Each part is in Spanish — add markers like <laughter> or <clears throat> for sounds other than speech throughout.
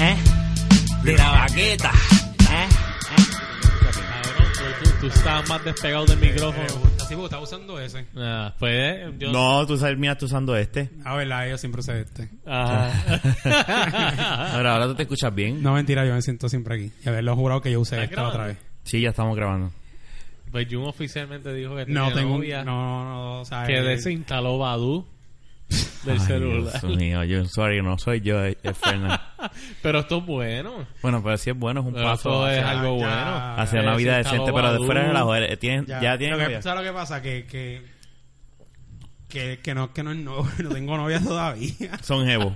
¿Eh? de la baqueta. ¿Eh? Cabrón, tú, tú, tú estabas más despegado del Eh, micrófono. así vos estás usando ese. Ah, pues, yo... No, tú sabes, mira, tú usando este. A ver, la Ah, yo siempre usé este. Ah. <laughs> <laughs> Ajá. Ahora, ahora tú te escuchas bien. No, mentira, yo me siento siempre aquí. Y haberlo jurado que yo usé ¿Estás esta otra vez. Sí, ya estamos grabando. pues Jun oficialmente dijo que tenía No, tengo un... novia No, no, no, o sea... que eh, desinstaló Badu del Ay, celular. Dios mío, yo, sorry, no soy yo, es es Fernan. Pero esto es bueno. Bueno, pero si es bueno, es un Pero paso esto es ya, hacia, algo ya. bueno. hacia una Eh, vida desinstaló decente. Pero Badoo. después de relajo, eh, ¿tienes, Ya, ya tienes lo que, novia? ¿Sabes lo que pasa? Que... que que, que no que no, es no, <laughs> no tengo novia todavía Son <laughs> jevos.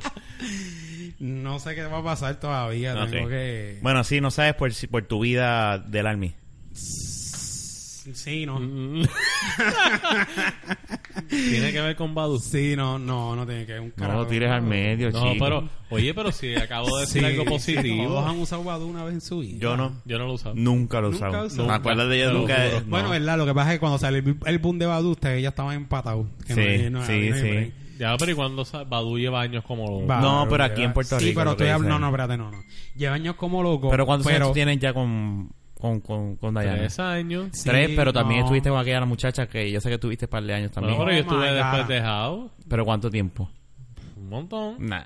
no sé qué va a pasar todavía Ok. tengo que Bueno, sí, no sabes por, si- por tu vida del army. sí no Mm. Tiene que ver con Badu. sí no no no tiene que ver un No carajo lo tires al medio, No, chico. pero, oye, pero si acabo de Sí, decir algo sí, todos positivo, han usado Badoo una vez en su vida Yo no. yo no lo usaba. Nunca lo he Nunca usado. usó. ¿Me acuerdas de yo Nunca, nunca? eh, te lo juro. no. Bueno, verdad, lo que pasa es que cuando salió el, el boom de Badu, ustedes ya estaban empatados. Que Sí, no- no- sí, no- sí. no- Ya, pero ¿y cuando sa- Badu lleva años como lo... Va, No, pero aquí en Puerto Sí, Rico, pero lo que estoy hablando... dicen. No, no, espérate, no, no. Lleva años como loco. pero ¿cuántos pero, años tienes ya con, con, con, con Dayana? Tres años. Sí, Tres, pero también no. estuviste con aquella muchacha que yo sé que tuviste un par de años también. Bueno, pero yo Oh my estuve God. después de How. Pero ¿cuánto tiempo? Un montón. Nah.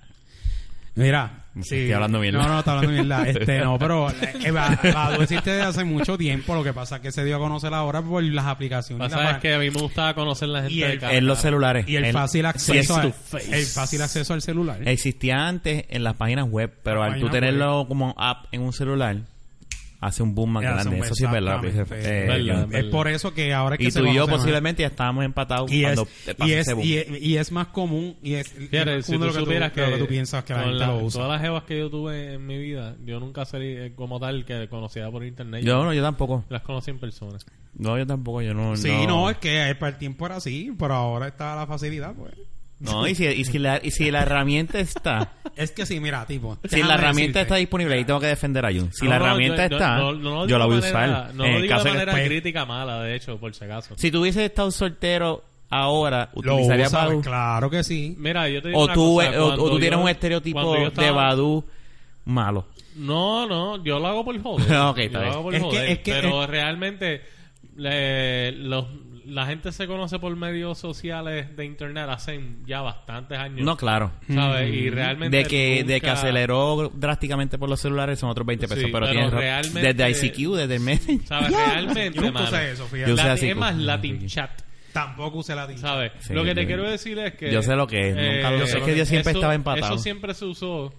Mira... Me estoy hablando mierda. No, no, está <laughs> hablando mierda. Este, no, pero eh, Ba- Badu existe desde hace mucho tiempo. Lo que pasa es que se dio a conocer ahora por las aplicaciones. y la Pasa es pa- que a mí me gustaba conocer la gente Y de el- Canadá. En los celulares. Y el, En- fácil Sí, acceso... es al- tu face. el fácil acceso al celular. Existía antes en las páginas web, pero Las al tú páginas tenerlo como app en un celular, hace un boom más Ya, grande. son- Eso sí es verdad. lo que dice, exactamente. eh, Verdad. John. es por eso que ahora es que Y se tú y yo conoce más. posiblemente ya estábamos empatados y es, cuando te y, pasó es, ese boom. y, es, y es más común y es Fíjate, más si común tú de lo supieras que, de lo que tú piensas que la con gente la- lo usa Todas las evas que yo tuve en mi vida, yo nunca salí eh, como tal que conocía por internet. Yo no, yo tampoco. las conocí en persona. No, yo tampoco. Yo no. sí no. es que eh, para el tiempo era así pero ahora está la facilidad pues No, y si, y si la, y si la herramienta está. es que sí mira tipo Si la herramienta está disponible, ahí tengo que defender a Jun. Si la No, herramienta yo- está, no- no lo yo la digo voy a de manera- usar. No En lo el digo de caso de que manera pues, crítica mala, de hecho, por si acaso. Si tú hubieses estado soltero ahora, lo utilizaría usa, Badu. claro que sí Mira, yo te digo O una tú, cosa, eh, o- o, cuando tú tienes yo- un estereotipo cuando yo de estaba- Badu malo. No, no, yo lo hago por joder. <laughs> Ok, está yo lo bien. hago por Es que- joder. es que- pero realmente le- los- la gente se conoce por medios sociales de internet hace ya bastantes años. No, claro. mm, ¿Sabes? Y realmente. De que, de que nunca- aceleró drásticamente por los celulares son otros 20 pesos. Sí, pero pero tienes ra- realmente- Desde ICQ, desde el <laughs> Messenger. ¿Sabes? Realmente. yo nunca mano. usé eso fíjate Yo usé Latin- así, es más, como- Latin Chat. tampoco usé la tinta ¿Sabes? Sí, lo que te yo- quiero decir es que. yo sé lo que es, nunca lo yo sé. sé Es lo que yo siempre eso- estaba empatado. Eso siempre se usó.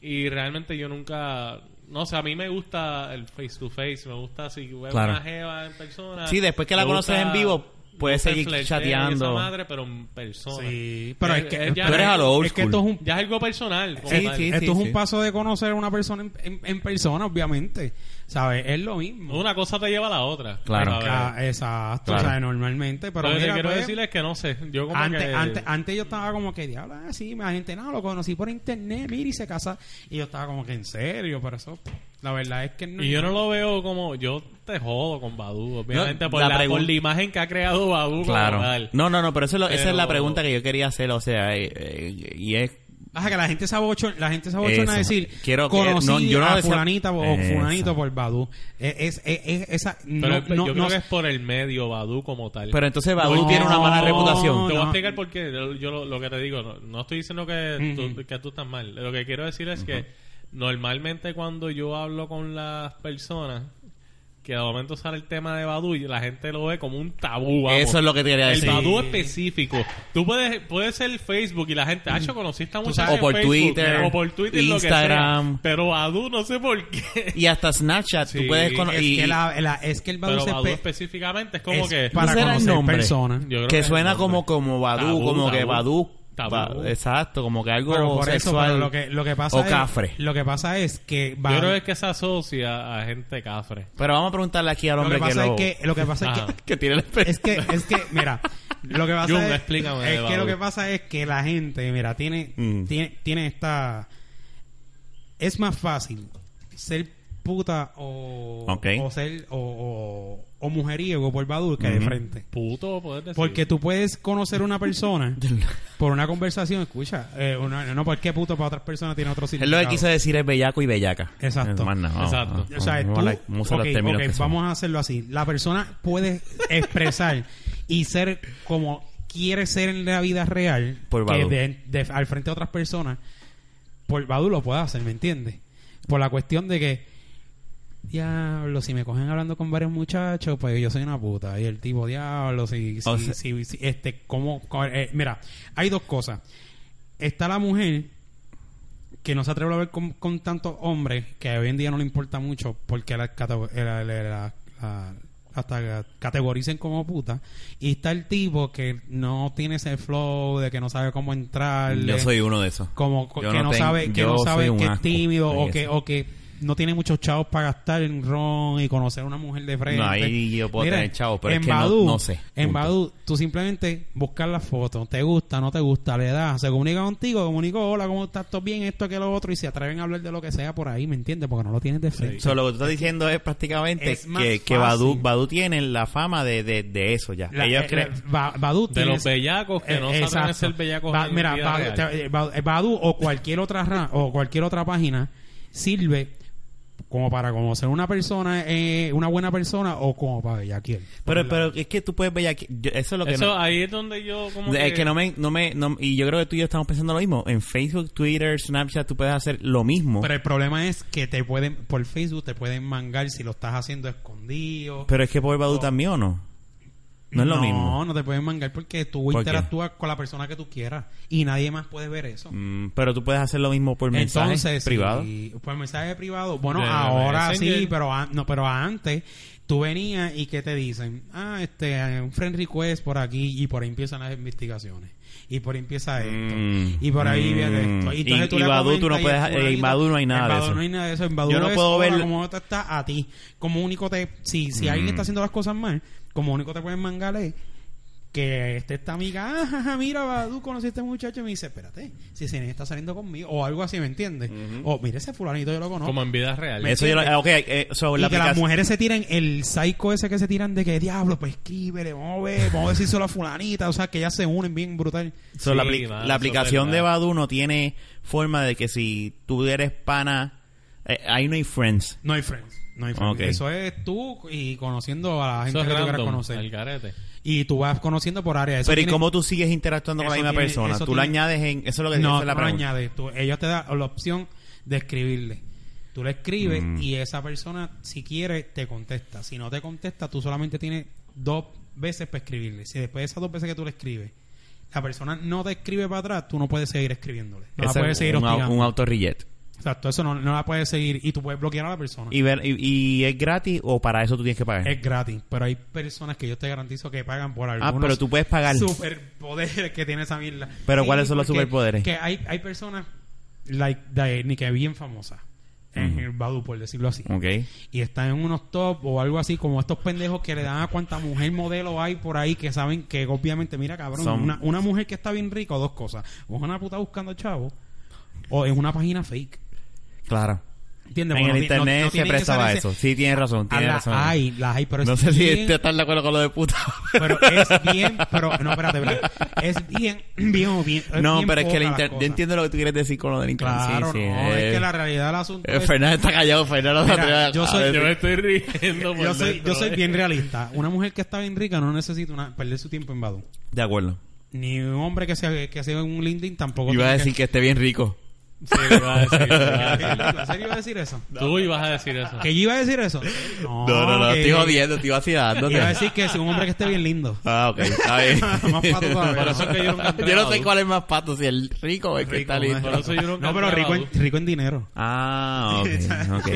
Y realmente yo nunca. No sé, a mí me gusta el face to face. Me gusta si veo Claro. una jeva en persona. Sí, después que la me conoces gusta- en vivo, puedes me gusta el seguir flirteo y chateando. esa madre, pero en persona. sí pero es que Eh, ya- Tú eres a lo old es que esto es school. un Ya es algo personal. como Sí, tal. sí. esto es un sí. paso de conocer a una persona en, en- en persona obviamente sabes es lo mismo Una cosa te lleva a la otra. Claro. ¿sabes? Ah, exacto Claro. o sea normalmente pero Lo que te mira, quiero pues, decir es que no sé. Yo como Antes, que- antes, antes yo estaba como que, diablo, ah, sí, me gente, no, lo conocí por internet, mira, y se casa. Y yo estaba como que, en serio, pero eso, la verdad es que no. Y yo no lo veo como... Yo te jodo con Badu, obviamente, No, por, la la, por pregun- la imagen que ha creado Badu. como Claro. tal. No, no, no, pero, eso es lo- esa es la Pero- pregunta que yo quería hacer. O sea, eh, eh, y es. Ajá, que la gente se abochona, la gente se abochona a Eso. decir, Quiero que- conocí no, yo no a decía- fulanita o Eso. fulanito por Badu. E, Es, es, es- esa, no, Pero no, yo creo no, que es por el medio Badu como tal. Pero entonces Badu No, tiene una mala no, reputación. te voy no. a explicar por qué. Yo, yo lo, lo que te digo, no, no estoy diciendo que, Ujú. tú, que tú estás mal. Lo que quiero decir es que normalmente cuando yo hablo con las personas, que de momento sale el tema de Badu, y la gente lo ve como un tabú. vamos. Eso es lo que te quería el decir. Badoo específico. Tú puedes, puedes ser Facebook y la gente, ah, yo conocí a esta muchacha sabes. en O por Facebook", Twitter, o por Twitter, lo que Instagram. sea. Pero Badu no sé por qué. Y hasta Snapchat, tú Sí, puedes es conocer. es que, la, la- es que el Badu Pero se Badu pe- específicamente es como es que... para ¿Ese era el conocer nombre? personas. Yo creo que es suena el como nombre. como Badú, Tabú, como que tabú. Badú, Tabú. va- exacto, como que algo Pero por eso, sexual pero lo que, lo que pasa o es, cafre. Lo que pasa es que Yo Badu- creo que se asocia a gente cafre. Pero vamos a preguntarle aquí al lo que hombre pasa lo- es que, lo que pasa es que, Ajá. <laughs> que tiene la <laughs> es que es que mira lo que pasa Jun, es, explícame es de que Badoo. lo que pasa es que la gente mira tiene Mm. tiene tiene esta es más fácil ser puta o Ok. o ser o, o- o mujeriego por Badul que de Ujú. frente. Puto, poder decir. Porque tú puedes conocer una persona por una conversación, escucha, eh, una- no, porque puto para otras personas tiene otro Es significado. lo que quiso decir es bellaco y bellaca. Exacto. Es más nada, vamos, Exacto. vamos, O sea, vamos tú- a la- vamos a los ok, términos ok, que son. vamos a hacerlo así. La persona puede expresar y ser como quiere ser en la vida real, Por que Badoo. de- de- al frente de otras personas, por Badu lo puede hacer, ¿me entiendes? Por la cuestión de que, diablo, si me cogen hablando con varios muchachos, pues yo soy una puta. Y el tipo, diablo, si, si, O sea- si- si- este, ¿cómo? co- eh, mira, hay dos cosas. Está la mujer que no se atreve a hablar con, con tantos hombres que hoy en día no le importa mucho porque la, cate- eh, la- la- la- la- hasta la categoricen como puta y está el tipo que no tiene ese flow de que no sabe cómo entrar Yo soy uno de esos. como co- Yo que no, ten- sabe que yo no soy sabe un que es asco. tímido Ay, o que eso. o que no tiene muchos chavos para gastar en ron y conocer a una mujer de frente. No, ahí yo puedo tener chavos, pero en es que no- Badoo- no sé. En Punto. Badu, tú simplemente buscas la foto, te gusta, no te gusta, le das, se comunica contigo, comunicó, hola, ¿cómo estás? ¿Todo bien? Esto, que lo otro, y se atreven a hablar de lo que sea por ahí, ¿me entiendes? Porque no lo tienes de frente. So, lo que tú estás diciendo es prácticamente Es más que, que fácil. Badu, Badu tiene la fama de, de, de eso ya. La- Ellos eh, creen... la- Ba- Badoo De tiene los ese- bellacos que no Eh, saben exacto. hacer bellacos. Ba- en mira, vida Badu, real. te- eh, Ba- eh, Badu o cualquier otra ra- o cualquier otra página sirve como para conocer una persona, eh, una buena persona o como para bellaquear. Pero, pero es que tú puedes ver aquí... yo- eso es lo que Eso no... ahí es donde yo como Es que no me, no me, no- y yo creo que tú y yo estamos pensando lo mismo. En Facebook, Twitter, Snapchat, tú puedes hacer lo mismo. Pero el problema es que te pueden por Facebook te pueden mangar si lo estás haciendo escondido. Pero es que por Badu también o no. No es lo mismo. No, no te pueden mangar porque tú ¿Por qué? interactúas con la persona que tú quieras y nadie más puede ver eso. Mm, pero tú puedes hacer lo mismo por mensaje Entonces, privado. sí, por mensaje privado. Bueno, De ahora Messenger. sí, pero an- no, pero antes tú venías y qué te dicen, ah, este eh, un friend request por aquí y por ahí empiezan las investigaciones y por ahí empieza esto Mm, y por ahí mm. viene esto. Y- entonces y le Badoo tú no comentas y puedes- es tu eh, en vida. Badoo no hay nada En de Badoo eso. no hay nada de eso. En Badoo Yo no es puedo hola, ver- Mm. cómo te está a ti. Como único te si si alguien está haciendo las cosas mal, como único te pueden mangar es que esté esta amiga, ah, jaja, mira, Badu, conocí a este muchacho y me dice, espérate, si se está saliendo conmigo, o algo así, ¿me entiendes? O mire ese fulanito, yo lo conozco. Como en vida real. Me- Eso yo lo- ah, ok, eh, so, y la que las aplicación- mujeres se tiran el psycho ese que se tiran de que diablo, pues escríbele, vamos a ver, vamos a decir solo a fulanita, o sea, que ya se unen bien brutal. So, Sí, la, apli- mano, la eso es aplicación verdad. de Badu no tiene forma de que si tú eres pana, eh, ahí no hay friends. No hay friends. No hay friends. Ok. Eso es tú y conociendo a la Eso gente es que tú quieras random, conocer. al garete. Y tú vas conociendo por área. Eso Pero ¿y tiene- cómo tú sigues interactuando con la eso misma tiene- persona? eso Tú lo tiene- añades en... Eso es lo que No, esa es la tú no pregunta. añades. Tú- ellos te dan la opción de escribirle. Tú le escribes Mm. y esa persona, si quiere, te contesta. Si no te contesta, tú solamente tienes dos veces para escribirle. Si después de esas dos veces que tú le escribes, la persona no te escribe para atrás, tú no puedes seguir escribiéndole. No la Ese puedes es seguir un, au- hostigando. un autorrillet. Exacto, eso no, no la puedes seguir y tú puedes bloquear a la persona. Y, ver, y, y es gratis o para eso tú tienes que pagar? Es gratis, pero hay personas que yo te garantizo que pagan por algunos ah, pero tú puedes pagar. superpoderes que tiene esa mierda. Pero ¿cuáles son los porque- superpoderes? Que hay, hay personas, like, de, ni que bien famosas, en Ujú. el Badu, por decirlo así. Ok. Y están en unos top o algo así, como estos pendejos que le dan a cuánta mujer modelo hay por ahí que saben que obviamente, mira cabrón, Son- una, una mujer que está bien rica, dos cosas. O es una puta buscando chavo, o es una página fake. Claro. ¿Entiendes? En Porque el no ti- no- internet no se tienen que prestaba ser ese- eso. Sí, tienes razón. Ah, Tienes las razón. hay, las hay, pero es no sé si este bien- te estás de acuerdo con lo de puta. pero es bien, pero no, espérate, espérate. es bien, bien, bien. es no, bien pero <laughs> es que el poca las inter- yo cosas. entiendo lo que tú quieres decir con lo del internet. Claro, sí, sí, no, eh, es que la realidad del asunto eh, es- Fernández está callado, Fernández no se Mira, atreve a- yo a soy- decir- Yo me estoy riendo. por yo soy, dentro, yo soy eh. bien realista. Una mujer que está bien rica no necesita una- perder su tiempo en Badoo. De acuerdo. Ni un hombre que sea que sea un LinkedIn tampoco. Iba a tiene decir que esté bien rico. Sí, lo iba a decir, lo iba a decir. <laughs> ¿En serio iba a decir eso? Tú ibas a decir eso. ¿Que yo iba a decir eso? No, No, no, no, que- estoy jodiendo, estoy vacilando. Iba a decir que es un hombre que esté <laughs> bien lindo. <laughs> Ah, ok, está bien. Más pato todavía. Por eso es que <laughs> yo nunca entré <laughs> Yo a no sé Badoo. cuál es más pato, si el rico o el que está lindo. Por eso yo nunca No, pero entré a rico en, Badoo. rico en dinero. Ah, <laughs> ok, ok.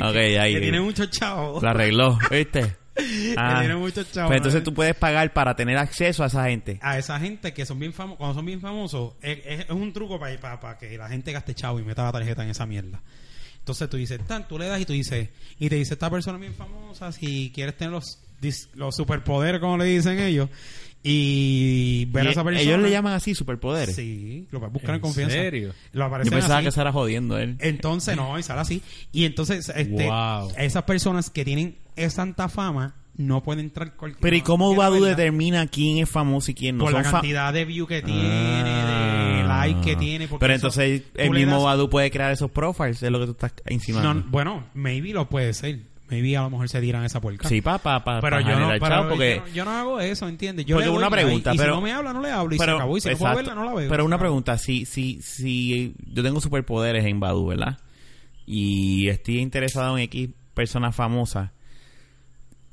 Ok, Que ahí. tiene muchos chavos. Lo arregló, ¿viste? <laughs> Que tiene ¿eh? muchos chavos. Pues entonces tú puedes pagar para tener acceso a esa gente. a esa gente que son bien famosos, cuando son bien famosos, es, es- es un truco para que la gente gaste chavo y meta la tarjeta en esa mierda. Entonces tú dices, tan, tú le das y tú dices, y te dice, esta persona es bien famosa, si quieres tener los, dis- los superpoderes, como le dicen ellos, y ver Y a esa persona. Ellos le llaman así superpoderes. Sí, lo buscan en, ¿En confianza. serio? Lo Yo aparecen pensaba así. que se era jodiendo él. Entonces, no, y sale así. Y entonces, este, Wow. esas personas que tienen esa tanta fama no puede entrar cualquier Pero ¿y cómo cualquiera, Badu ¿verdad? determina quién es famoso y quién no? Por la Son fa- cantidad de view que tiene, de Ah. like que tiene. porque Pero eso- entonces tú el le mismo das- Badu puede crear esos profiles, es lo que tú estás insinuando. No, bueno, maybe lo puede ser. Maybe a lo mejor se tiran esa puerca. Sí, para pa, pa, pero pa yo no, generar pero chavo, porque yo, no, yo no hago eso, ¿entiendes? Yo Porque le doy una play, pregunta, y pero- si no me habla, no le hablo y pero, se acabó. Y si exacto. no puedo verla, no la veo. Pero se una acabó. pregunta, si, si, si yo tengo superpoderes en Badu, ¿verdad? Y estoy interesado en X persona famosa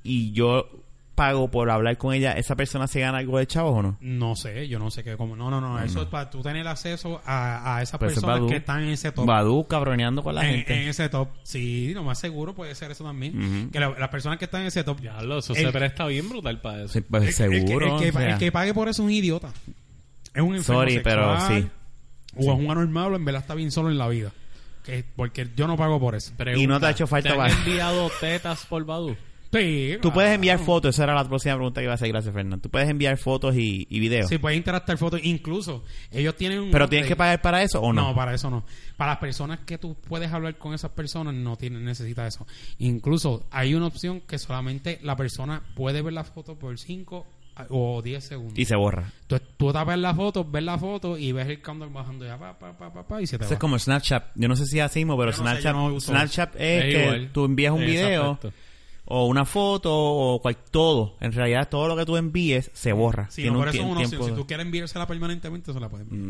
y yo pago por hablar con ella, ¿esa persona se gana algo de chavos o no? No sé, yo no sé qué. Como, no, no, Ah, no. Eso es para tú tener acceso a, a esas Pues es personas Badoo. que están en ese top. Badu cabroneando con la en, gente. en ese top. Sí, lo más seguro puede ser eso también. Ujú. Que la- las personas que están en ese top. Diablo, eso El- se presta bien brutal para eso. Sí, pues, el que- el que- seguro. El que, o sea. el que pague por eso es un idiota. Es un enfermo Sorry, pero sexual, sí. O es un anormal o en verdad está bien solo en la vida. Que, porque yo no pago por eso. Pregunta, Y no te ha hecho falta ¿Te han Badoo? enviado tetas por Badu? Sí, ah, Tú puedes enviar claro. fotos, esa era la próxima pregunta que iba a hacer, gracias Fernando. Tú puedes enviar fotos y, y videos. Sí, puedes interactuar fotos. Incluso, ellos tienen un pero tienes que update. pagar para eso o no. No, para eso no. Para las personas que tú puedes hablar con esas personas, no tienen necesita eso. Incluso hay una opción que solamente la persona puede ver la foto por 5 o 10 segundos. y se borra. Tú, tú tapas la foto, ves la foto y ves el countdown bajando ya, pa, pa, pa, pa, pa, y se te Eso va. es como Snapchat. Yo no sé si es así mismo, pero Yo no sé, Snapchat, yo no uso Snapchat es, Es que igual. tú envías un En ese video aspecto. o una foto o cual, todo. En realidad todo lo que tú envíes se borra. Sí, Tiene no, un pero eso es tie- una opción. tiempo Si de- tú quieres enviársela permanentemente, se la puedes enviar.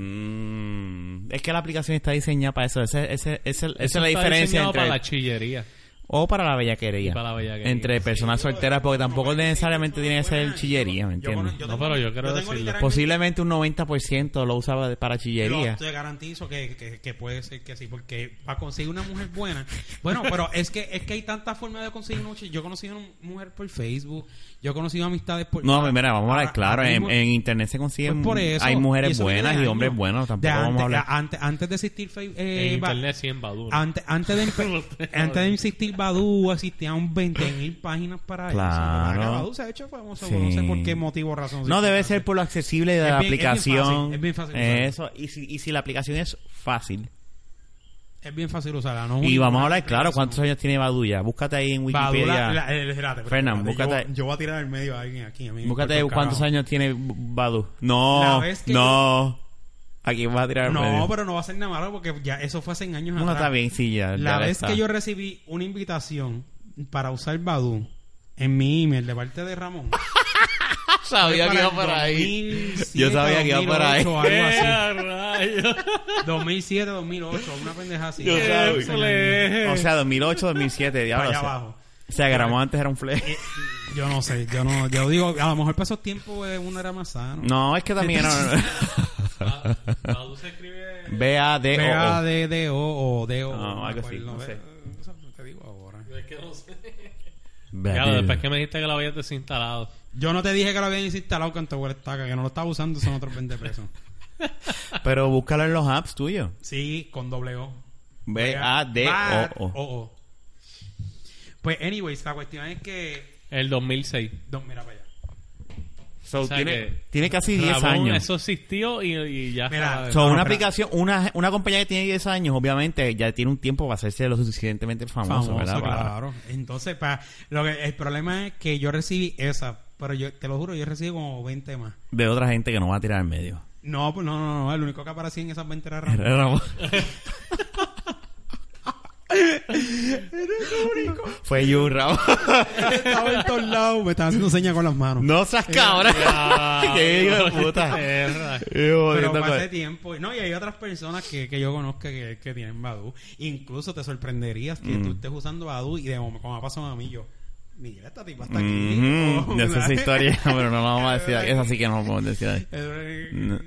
Mm, es que la aplicación está diseñada para eso. Ese- ese- ese- esa es Eso la está diferencia diseñado entre... para la chillería. O para la bellaquería. Y para la bellaquería. Entre Sí, personas solteras, porque tampoco necesariamente tiene que ser chillería, ¿me entiendes? No, pero yo quiero decirlo. Posiblemente un 90% lo usaba de- para chillería. Yo te garantizo que, que- que puede ser que sí, porque para conseguir una mujer buena. Bueno, pero es que es que hay tantas formas de conseguir una mujer. Yo he conocido una mujer por Facebook, yo he conocido amistades por. No, mira, vamos a ah, hablar claro. ahora En, mismo- en internet se pues consiguen. por eso, hay y mujeres eso viene buenas de y años. hombres buenos. De Tampoco antes, ah, vamos a hablar. a- antes, antes de existir Facebook. eh, en va- internet sí en Badu. Ah, Antes, <laughs> antes, de, empe- antes de existir Badu, existían 20.000 páginas para Claro. eso. Badu se ha hecho famoso, Sí. no sé por qué motivo o razón. No debe ser por lo accesible de Es la bien- es bien aplicación. Eh, fácil, es bien fácil usarla. Eso. Y si, y si la aplicación es fácil. Es bien fácil usarla, ¿no? Y vamos a hablar Una claro. aplicación. ¿Cuántos años tiene Baduya? Búscate ahí en Wikipedia. Badula- la- eh, espérate, espérate, Fernan, espérate, búscate- Yo, yo voy a tirar al medio a alguien aquí. A mí me Búscate importa un cuántos carajo. años tiene Badu. La No, vez que no. Aquí vas a tirar No, medio. pero no va a ser nada malo porque ya eso fue hace años No, atrás. está bien, sí, ya. La ya vez está. <laughs> que yo recibí una invitación para usar Badu en mi email de parte de Ramón. sabía fue que iba el por ahí. 2007, Yo sabía que iba por ahí. 2008, algo así. <laughs> rayos! 2007, 2008, una pendeja así. Eh, Yo sabía. Excelente. O sea, 2008, 2007, Para diablo. allá o sea, abajo. Eh, O sea, grabamos antes era un fleje. Yo no sé, yo no, yo digo, a lo mejor para esos tiempos eh, uno era más sano. No, es que también <laughs> era... Ba- <laughs> Badu se escribe... B-A-D-O. d d o o d o eh, oh, No, algo así, no sé. eh, Te digo ahora. Es que no sé. Claro, después que me dijiste que lo habías desinstalado. Yo no te dije que lo habían instalado canto huele estaca, que no lo estaba usando, son otros 20 pesos. Pero búscalo en los apps tuyos. Sí, con doble O. B-A-D-O-O. O. Pues, anyways, la cuestión es que. El 2006. No, mira para allá. So, O sea tiene, que- tiene casi 10 Ramón, años. Eso existió y, y ya Mira, está. So, No, una espera. aplicación, una, una compañía que tiene 10 años, obviamente, ya tiene un tiempo para hacerse lo suficientemente famoso, Famoso, ¿verdad? Para- claro. Entonces, pa, lo que, el problema es que yo recibí esa, pero yo te lo juro, yo recibí como 20 más. De otra gente que no va a tirar en <laughs> medio. No, pues, no, no, no, el único que aparecía en esas 20 era Ramón. Ramón. Fue you, Ramón. estaba en todos lados, me estaba haciendo señas con las <laughs> manos. No seas cabrón. <laughs> Qué hijo de puta. Perra. Hijo de Pero puta. fue hace tiempo. No, y hay otras personas que, que yo conozco que, que tienen Badu. Incluso te sorprenderías que Mm. tú estés usando Badu y de momento, como me ha pasado a mí, yo, mira, esta tipa está aquí. Ujú. <laughs> Oh, Yo sé Mm-hmm. esa ¿verdad? historia, <laughs> pero no la vamos a decir. aquí. Esa sí que no la podemos decir. ahí. Eh, No. Sí,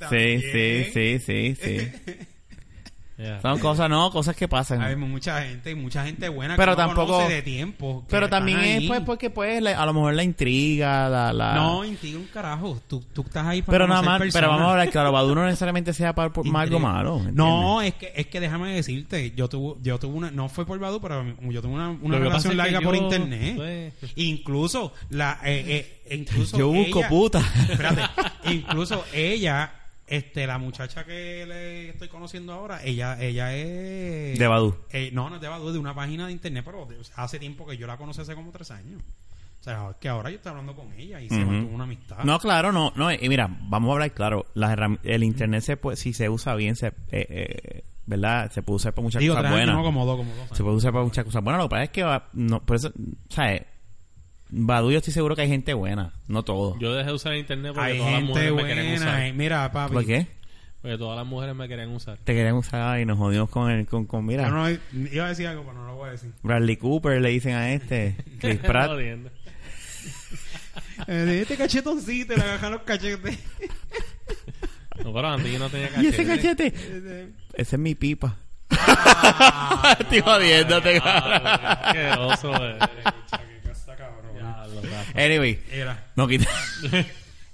sí, también. sí, sí, sí. <laughs> Ya. Son cosas, no, cosas que Hay pasan. mucha gente, y mucha gente buena Pero que uno tampoco- conoce de tiempo. que Pero están también es ahí. pues porque pues la- a lo mejor la intriga, la... la... No, intriga un carajo. Tú, tú estás ahí para Pero nada más, conocer pero vamos a personas. hablar, claro, Badu no necesariamente sea para, por- algo Intriga. malo. ¿entiendes? No, es que, es que déjame decirte, yo tuve, yo tuve una, no fue por Badu, pero yo tuve una, una Lo que pasa es relación que larga yo, por internet. pues- Incluso la, eh, eh, incluso Yo busco ella- puta. <laughs> Espérate, incluso ella, este, la muchacha que le estoy conociendo ahora, ella, ella es De Badoo. Eh, no, no es de Badu, de una página de internet, pero de- hace tiempo que yo la conocí hace como tres años. O sea, es que ahora yo estoy hablando con ella y se Ujú. mantuvo una amistad. No, claro, no, no. Y mira, vamos a hablar claro. Las herram- el internet, se puede, si se usa bien, se, eh, eh, ¿verdad? Se puede usar para muchas Digo, cosas tres años, buenas. no como dos, como dos años. se puede usar para muchas cosas buenas. Lo que pasa es que, va- no, por eso, ¿sabes? Badu, yo estoy seguro que hay gente buena, no todo. Yo dejé de usar internet porque Hay todas las gente mujeres me querían buena. usar. hay- mira, papi. ¿Por qué? Porque todas las mujeres me querían usar. Te querían usar y nos jodimos con el, con, con mira. Yo no- iba a decir algo, pero no lo voy a decir. Bradley Cooper le dicen a este, <laughs> Chris Pratt. Jodiendo. Eh, este cachetoncito, le agarran los cachetes. no, pero antes yo no tenía ¿Y ese cachete. <laughs> cachete? Eh, Ese es mi pipa. <laughs> estoy jodiéndote, cabrón. Ah, qué oso, eh. qué casa, cabrón. Diablo, papá. Anyway, Era. no <laughs> quita.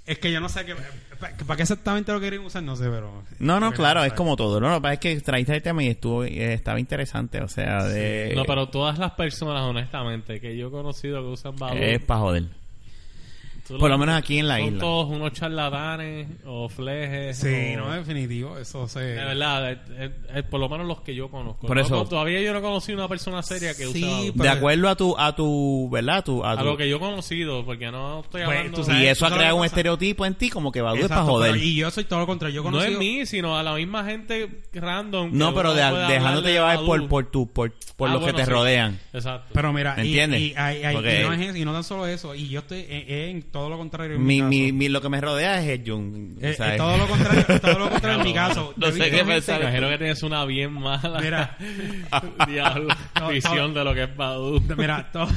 Es que yo no sé qué, para, qué exactamente lo querían usar, no sé, pero. No, no, Mira, claro, o es pues. sea, como todo. No, lo que pasa es que traíste el tema y estuvo, eh, estaba interesante, o sea, de... No, pero todas las personas, honestamente, que yo he conocido que usan Badoo, Es para joder. tú Eh, Por lo los- menos aquí en la son isla. todos unos charlatanes o flejes. Sí, o- no, definitivo, eso se. De verdad, eh, eh, eh, por lo menos los que yo conozco. Por No, eso- no, todavía yo no conocí una persona seria que Sí, usa Badoo. pero- De acuerdo a tu, a tu, ¿verdad? A tu, a A tu- lo que yo he conocido, porque no estoy Pues, hablando... tú de- sabes, y eso ha sabes creado una un cosa. estereotipo en ti como que Badu es para Exacto, pero- joder. y yo soy todo lo contrario. Yo No conozco. es mí, sino a la misma gente random. que No, uno pero de- puede dejándote hablarle llevar Badoo. por, por tu, por, por Ah, los bueno, que te sí. rodean. Exacto. Pero mira, ¿Me y- entiendes? Y, hay- hay- Porque- y no es eso, y no tan solo eso. Y yo estoy en, en todo lo contrario. en Mi, caso. mi, mi- lo que me rodea es el Jung. Eh, eh, ¿sabes? todo lo contrario, todo lo contrario en mi Claro, caso. no Yo vi sé que qué gente- pensar. Me imagino que tienes una bien mala Mira. <laughs> <laughs> diablo, No, visión de lo que es Badu. Mira, todo,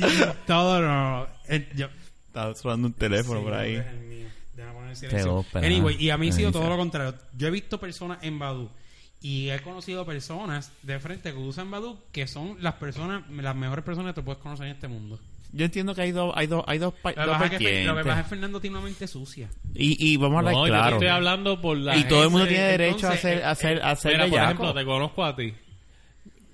<laughs> todo no, no, eh, yo- <laughs> Está sonando un teléfono por ahí. Sí, el mío. Déjame poner en silencio. Quedó pena. Anyway, y a mí ha sido Ahí todo está. lo contrario. Yo he visto personas en Badu y he conocido personas de frente que usan Badu que son las personas, las mejores personas que te puedes conocer en este mundo. Yo entiendo que hay dos, hay dos, hay dos, pa- Lo que dos pasa es que Fer- lo que vertientes. pasa es que Fernando tiene una mente sucia. Y, y vamos a hablar No, yo te claro. estoy hablando por la... y todo el mundo Ese- tiene derecho a entonces, hacer, a hacer, a hacer Mira, por bellaco. ejemplo, te conozco a ti.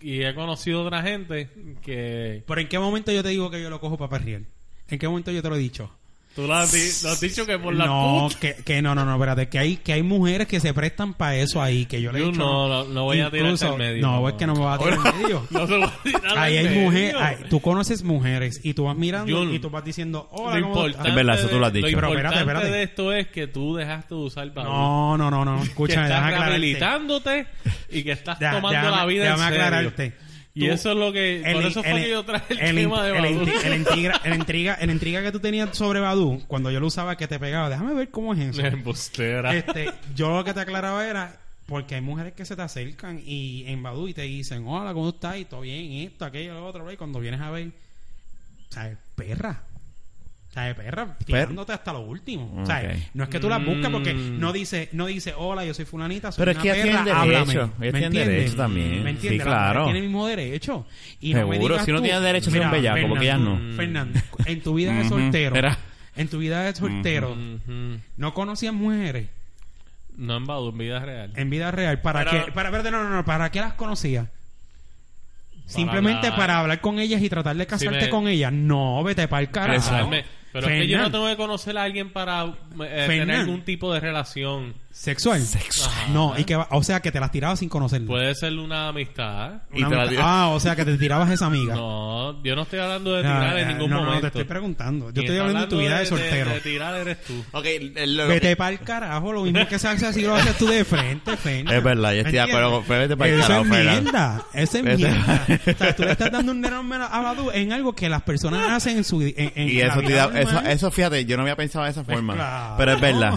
Y he conocido otra gente que... Pero en qué momento yo te digo que yo lo cojo para perriel? ¿En qué momento yo te lo he dicho? Tú lo has, di- lo has dicho que por la no, puta. que, que no, no, no, espérate, que hay, que hay mujeres que se prestan para eso ahí, que yo le he Yo dicho. no, no, no voy a tirarte Incluso- al medio, No, no. es que no me va a tirar <laughs> en medio. No te voy a tirar al Ahí hay medio. mujeres, tú conoces mujeres y tú vas mirando Yo no. y tú vas diciendo, Lo hola, ¿cómo estás? importante Es verdad, eso tú lo has de- dicho. Pero espérate, importante espérate. de esto es que tú dejaste de usar Badoo. No, no, no, no, que escúchame, estás déjame aclararte. rehabilitándote y que estás Deja- tomando déjame- la vida en déjame serio. aclararte. Y Tú- eso es lo que... por eso fue que yo traje el, tema de el- Badoo. el- el intriga, el intriga, el intriga que tú tenías sobre Badu, cuando yo lo usaba que te pegaba, déjame ver cómo <laughs> es eso. Embustera. este, yo lo que te aclaraba era porque hay mujeres que se te acercan y en Badu y te dicen, hola, ¿cómo estás? Y todo bien, esto, aquello, lo otro, bla, y cuando vienes a ver, ¿sabes? Perra. ¿Sabes? Perra, tirándote hasta lo último. ¿Sabes? Ok. No es que tú las buscas porque Mm. no dice, no dice, hola, yo soy fulanita, soy Pero es una que ellas perra, tienen háblame. derecho, ellas ¿Me tienen entiendes? derecho también. ¿Me Sí, entiendes? Las claro. mujeres tienen el mismo derecho. Y no me Seguro, digas si uno tú, tiene derecho a ser un mira, bellaco, porque ellas Fernando, no. Fernando, en tu vida de Ujú. soltero, Mira. en tu vida de soltero, Ujú. no conocías mujeres. No en Badoo, en vida real. En vida real. ¿Para Pero- qué? Para, espérate, no, no, no. ¿Para qué las conocía? Simplemente hablar. para hablar con ellas y tratar de casarte me- con ellas. No, vete para el carajo. Casarme. Pero es que yo no Fernan, tengo que conocer a alguien para eh, tener Fernan. algún tipo de relación. Sexual. Ajá. No, y que va- o sea que te las tirabas sin conocerlas. Puede ser una amistad. Y te Una la mujer- tiras. ah, o sea que te tirabas a esa amiga. No, yo no estoy hablando de Ah, tirar en ah, ningún no, no, momento. te estoy preguntando. Yo Quien estoy está hablando de tu vida de, soltero. De, tirar eres tú. Ok, el- lo- Vete para el carajo, lo mismo que se hace así lo haces tú de frente, Fernan. Es verdad, yo estoy de acuerdo con- ¿Entiendes? vete pa'l carajo, Este Eso es Fernan. mierda, eso es Vete- <laughs> mierda. O sea, tú le estás dando un enorme a Badu en algo que las personas hacen en su en, en y la eso, te vida da- eso, normal. eso, fíjate, yo no había pensado de esa forma. claro. Pero es <laughs> verdad,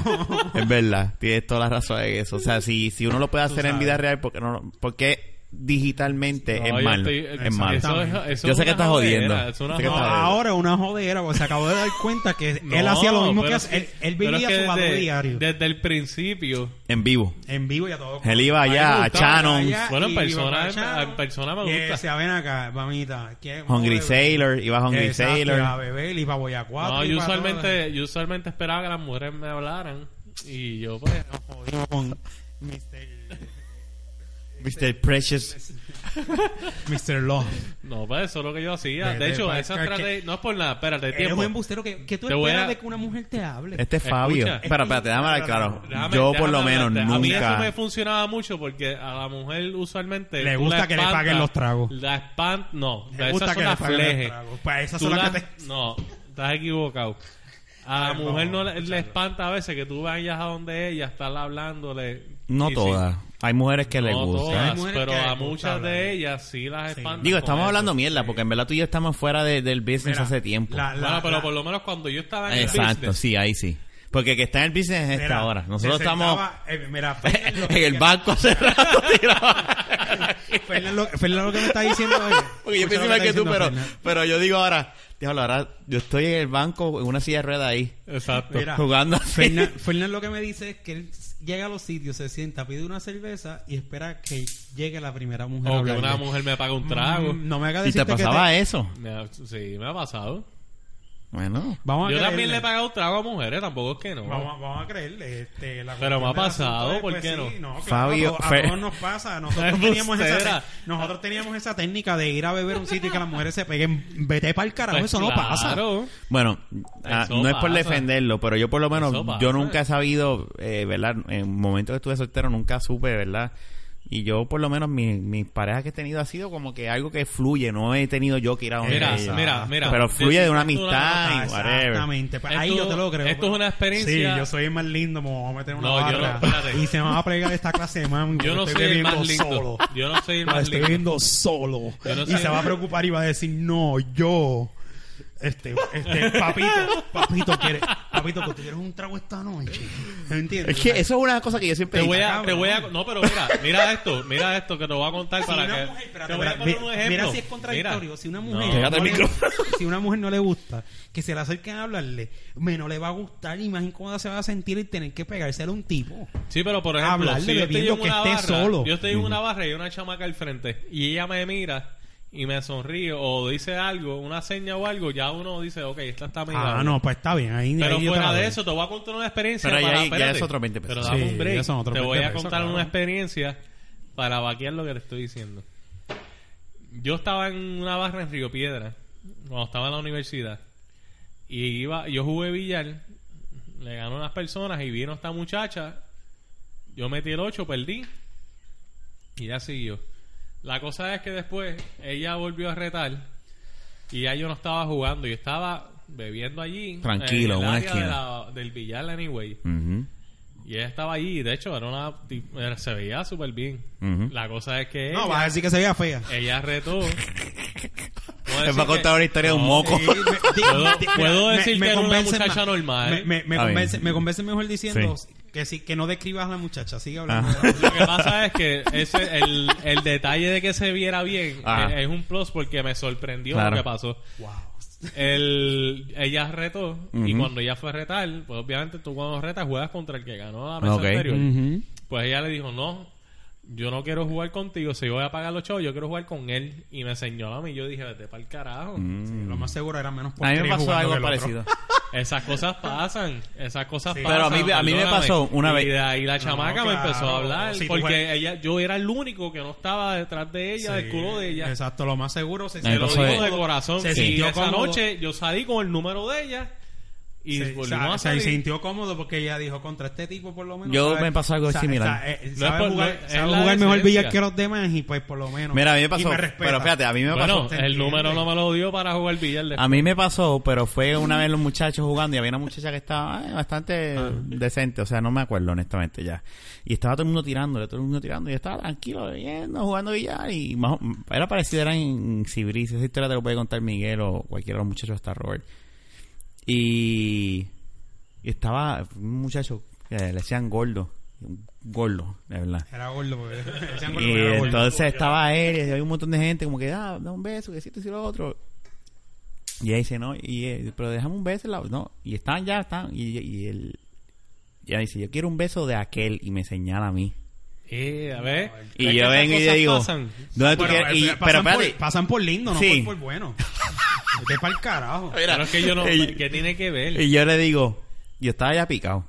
es verdad, tienes toda la razón en eso. O sea, si, si uno lo puede hacer en sabes. vida real, porque no, lo- porque digitalmente No, es yo malo? estoy- es malo. Eso es- eso Yo es sé que una estás jodera, jodiendo. es una Sé que No, estás jodera. ahora una jodera, porque se acabó de dar cuenta que él <laughs> No, hacía lo mismo que pero hace. Él, es él pero vivía es que su valor desde- diario. Desde el principio. En vivo. en vivo y a todo. Él iba A mí allá me a gustaba Shannon, allá Bueno, en y persona- iba para allá. en persona me Y él gusta. decía, ven acá, mamita. ¿qué- Hungry cómo bebe?" Sailor, iba a Hungry Exacto, Iba a Sailor. beber, iba a Boyacuatro. No, yo iba a todo. usualmente, yo usualmente esperaba que las mujeres me hablaran. Y yo, pues. Nos jodimos con Mr. Mr. Precious. Mr. Love. No, pues eso es lo que yo hacía. De- De, de- hecho, pa- esa es que- estrategia. No es por nada, espérate, Eres tiempo. un embustero que, que tú Te voy esperas a- de que una mujer te hable. Este es Fabio. Escucha. Espera, espérate, déjame hablar claro. Déjame- Yo por déjame lo menos hablarte. A mí eso me nunca... funcionaba mucho porque a la mujer usualmente... Le tú gusta la que le espantas, paguen los tragos. La espant... No, Me esas gusta son que le las paguen los flejes. tragos. Para esas Tú son las la- que <laughs> te... No, estás equivocado. A la Ay, no, mujer no, le, le espanta a veces que tú vayas a donde ella, estar hablándole. No Y sí, todas. Hay mujeres que les no gusta. todas, Hay mujeres pero a que les gusta muchas hablar. de ellas sí las Sí. espanta. Digo, con estamos eso. hablando mierda, porque en verdad tú y yo estamos fuera de- del business Mira, hace tiempo. la- Bueno, pero por lo menos cuando yo estaba en el Exacto, business, sí, ahí sí. Porque el que está en el business es esta Mira, hora. se Nosotros estamos sentaba, eh, mira, Fernan lo <laughs> en el que- <laughs> banco hace rato <laughs> tirado. Fernan lo, Fernan lo que me está diciendo es. Porque yo pienso escucha lo igual que está tú, diciendo pero, Fernan. pero yo digo ahora, diablo, ahora yo estoy en el banco en una silla de ruedas ahí, Exacto. Mira, jugando así. Fernan, Fernan lo que me dice es que él llega a los sitios, se sienta, pide una cerveza y espera que llegue la primera mujer. a O que una hablarle. mujer me paga un Mm, trago. No me hagas ¿Y te decirte que pasaba eso? Me ha- sí, me ha pasado. Bueno. Vamos a Yo creerle. también le he pagado trago a mujeres, tampoco es que no. Vamos, a- vamos a creerle. Este, la Pero me ha cuestión del pasado, asunto es, ¿por pues, qué no? sí, claro, Fabio, a, Fer- todos nos pasa. <laughs> Nosotros teníamos, esa, Embustera. nosotros teníamos esa técnica de ir a beber a un sitio y que las mujeres se peguen. Vete para el carajo, Pues eso no pasa. claro. Bueno, ah, Eso no es por pasa. defenderlo, pero yo por lo menos, Eso pasa. yo nunca he sabido, eh, ¿verdad? En momentos que estuve soltero nunca supe, ¿verdad? Y yo por lo menos mi- mis parejas que he tenido ha sido como que algo que fluye, no he tenido yo que ir a donde Mira, ella. mira, mira. Pero fluye de una Decirte una amistad y whatever. Exactamente. Pues, Esto- ahí yo te lo creo. esto es una experiencia- Sí, yo soy el más lindo, me voy a meter una No, yo no, barra. espérate. y se me va a pegar esta clase de mango. Yo no estoy soy el bebiendo más lindo. Solo. Yo no soy el Me más estoy lindo. viendo solo. Yo no y soy se el- va a preocupar y va a decir, no, yo. Este, este, papito, papito quiere, papito, que tú quieres un trago esta noche. ¿Entiendes? Es que eso es una cosa que yo siempre Te he voy dicho. a, cabrón. te voy a, no, pero mira, mira esto, mira esto que te voy a contar para una que, mujer, espérate, te voy a mira, poner ve- un ejemplo. mira si es contradictorio. Mira. si, una No. mujer Pégate al le- micrófono. si una mujer no le gusta que se le acerquen a hablarle, menos le va a gustar y más incómoda se va a sentir el tener que pegársela a un tipo. Sí, pero por ejemplo, Hablarle, si yo estoy bebiendo, en una que barra, esté solo. yo estoy en una barra y hay una chamaca al frente y ella me mira y me sonríe o dice algo, una seña o algo, ya uno dice, ok, esta está mirando. Ah, no, pues está bien. Ahí, Pero ahí yo fuera te la de doy. eso, te voy a contar una experiencia. Pero para, ya- ya espérate. es otro 20 pesos. Pero dame Sí, un break. ya son otros te 20 voy a pesos, contar claro. una experiencia para vaquear lo que te estoy diciendo. Yo estaba en una barra en Río Piedra, cuando estaba en la universidad. Y iba, yo jugué billar, le ganó unas personas y vino esta muchacha. Yo metí el 8, perdí. Y ya siguió. La cosa es que después ella volvió a retar y ya yo no estaba jugando, yo estaba bebiendo allí. Tranquilo, en el una área de esquina. la- del billar, anyway. Ujú, Y ella estaba allí, de hecho, era una, ti- era- se veía súper bien. ujú. La cosa es que No, ella, vas a decir que se vea fea. <laughs> ella retó. Puedo Es decir para contar que- una historia de un No, moco. Sí, me- di- Puedo- di- puedo mira, decir que era una convence muchacha más- normal. Me, me, me Está convence, bien. me convence mejor diciendo que, sí, que no describas a la muchacha. Sigue hablando. Ah. Lo que pasa es que ese, el, el detalle de que se viera bien Ajá. es, es un plus porque me sorprendió Ah. Claro. lo que pasó. Wow. <laughs> El, ella retó y Ujú. cuando ella fue a retar, pues obviamente tú cuando retas juegas contra el que ganó la mesa Ok. anterior. Ujú. Pues ella le dijo, no, yo no quiero jugar contigo, si yo voy a pagar los chavos, yo quiero jugar con él. Y me señaló a mí, yo dije, vete para el carajo. Sí, Lo más seguro era menos <laughs> Mm. A mí me porquería pasó jugando algo que el otro. parecido. Esas <laughs> cosas pasan, esas cosas Sí. pasan. Pero a mí- a mí me perdóname. pasó una vez. Y, de ahí la chamaca me claro. empezó a hablar, Sí, tú porque juegas. ella, yo era el único que no estaba detrás de ella, del Sí, culo de ella. Exacto, lo más seguro se Me Te lo pasó digo de- de corazón. Se y sintió esa cómodo. noche yo salí con el número de ella y se, volvimos sa- a se salir. sintió cómodo porque ella dijo contra este tipo por lo menos. Yo me pasó algo similar. sa- eh, es sabe por- jugar, no es- sabe es la jugar mejor decencia. billar que los demás y pues por lo menos. Mira, a mí y me pasó. respeta. pero fíjate, a mí me pasó. Bueno, ¿te el entiendes? número no me lo dio para jugar billar. A mí me pasó, pero fue una vez los muchachos jugando y había una muchacha que estaba eh, bastante decente, o sea, no me acuerdo honestamente ya. Y estaba todo el mundo tirándole, todo el mundo tirando y yo estaba tranquilo, bebiendo, jugando billar y más, era parecido, era en Cibris, esa historia te lo puede contar Miguel o cualquiera de los muchachos, hasta Robert. Y, y estaba un muchacho que le decían gordo, un gordo, de verdad. Era gordo porque. <laughs> ese ángulo Y era gordo. entonces estaba él y había un montón de gente como que, ah, da un beso, que si esto y si lo otro. Y ella dice, no, y él, pero déjame un beso. en la- No, y están ya, están. Y, y él, y ella dice, yo quiero un beso de aquel y me señala a mí. Eh, a ver. Y Es que yo esas vengo y cosas le digo, pasan. eh, ¿dónde tú Bueno, eh, quieres? Y- pasan, pero por, espérate, pasan por lindo, no Sí. por, por bueno. Este es para el carajo. Pero es que yo no. Y- ¿Qué tiene que ver? Y yo le digo, yo estaba ya picado.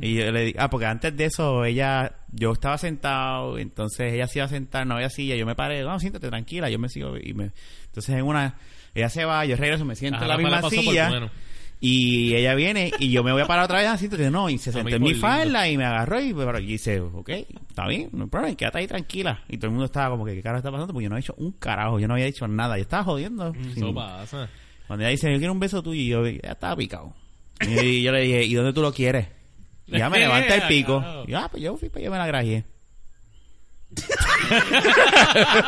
Y yo le digo, ah, porque antes de eso ella, yo estaba sentado, entonces ella se iba a sentar, no había silla, yo me paré, no, siéntate tranquila, yo me sigo y me... Entonces en una, ella se va, yo regreso, me siento Ajá, en la Rafa le misma pasó por silla bueno. y ella viene y yo me voy a parar otra vez, ah, siéntate, no, y se mí sentó en por mi lindo. falda y me agarró y, pero- y dice, ok, está bien, no hay problema, quédate ahí tranquila. Y todo Mm. el Mm, mundo estaba como que, ¿qué carajo está pasando? Porque yo no he hecho un carajo, yo no había hecho nada, yo estaba jodiendo. Eso pasa. Cuando ella dice, yo quiero un beso tuyo, y yo ya estaba picado. Y, y yo le dije, ¿y dónde tú lo quieres? Y <laughs> ya me levanta el pico. Claro. Y yo, ah, pues yo fui, pues yo me la grajeé. <laughs>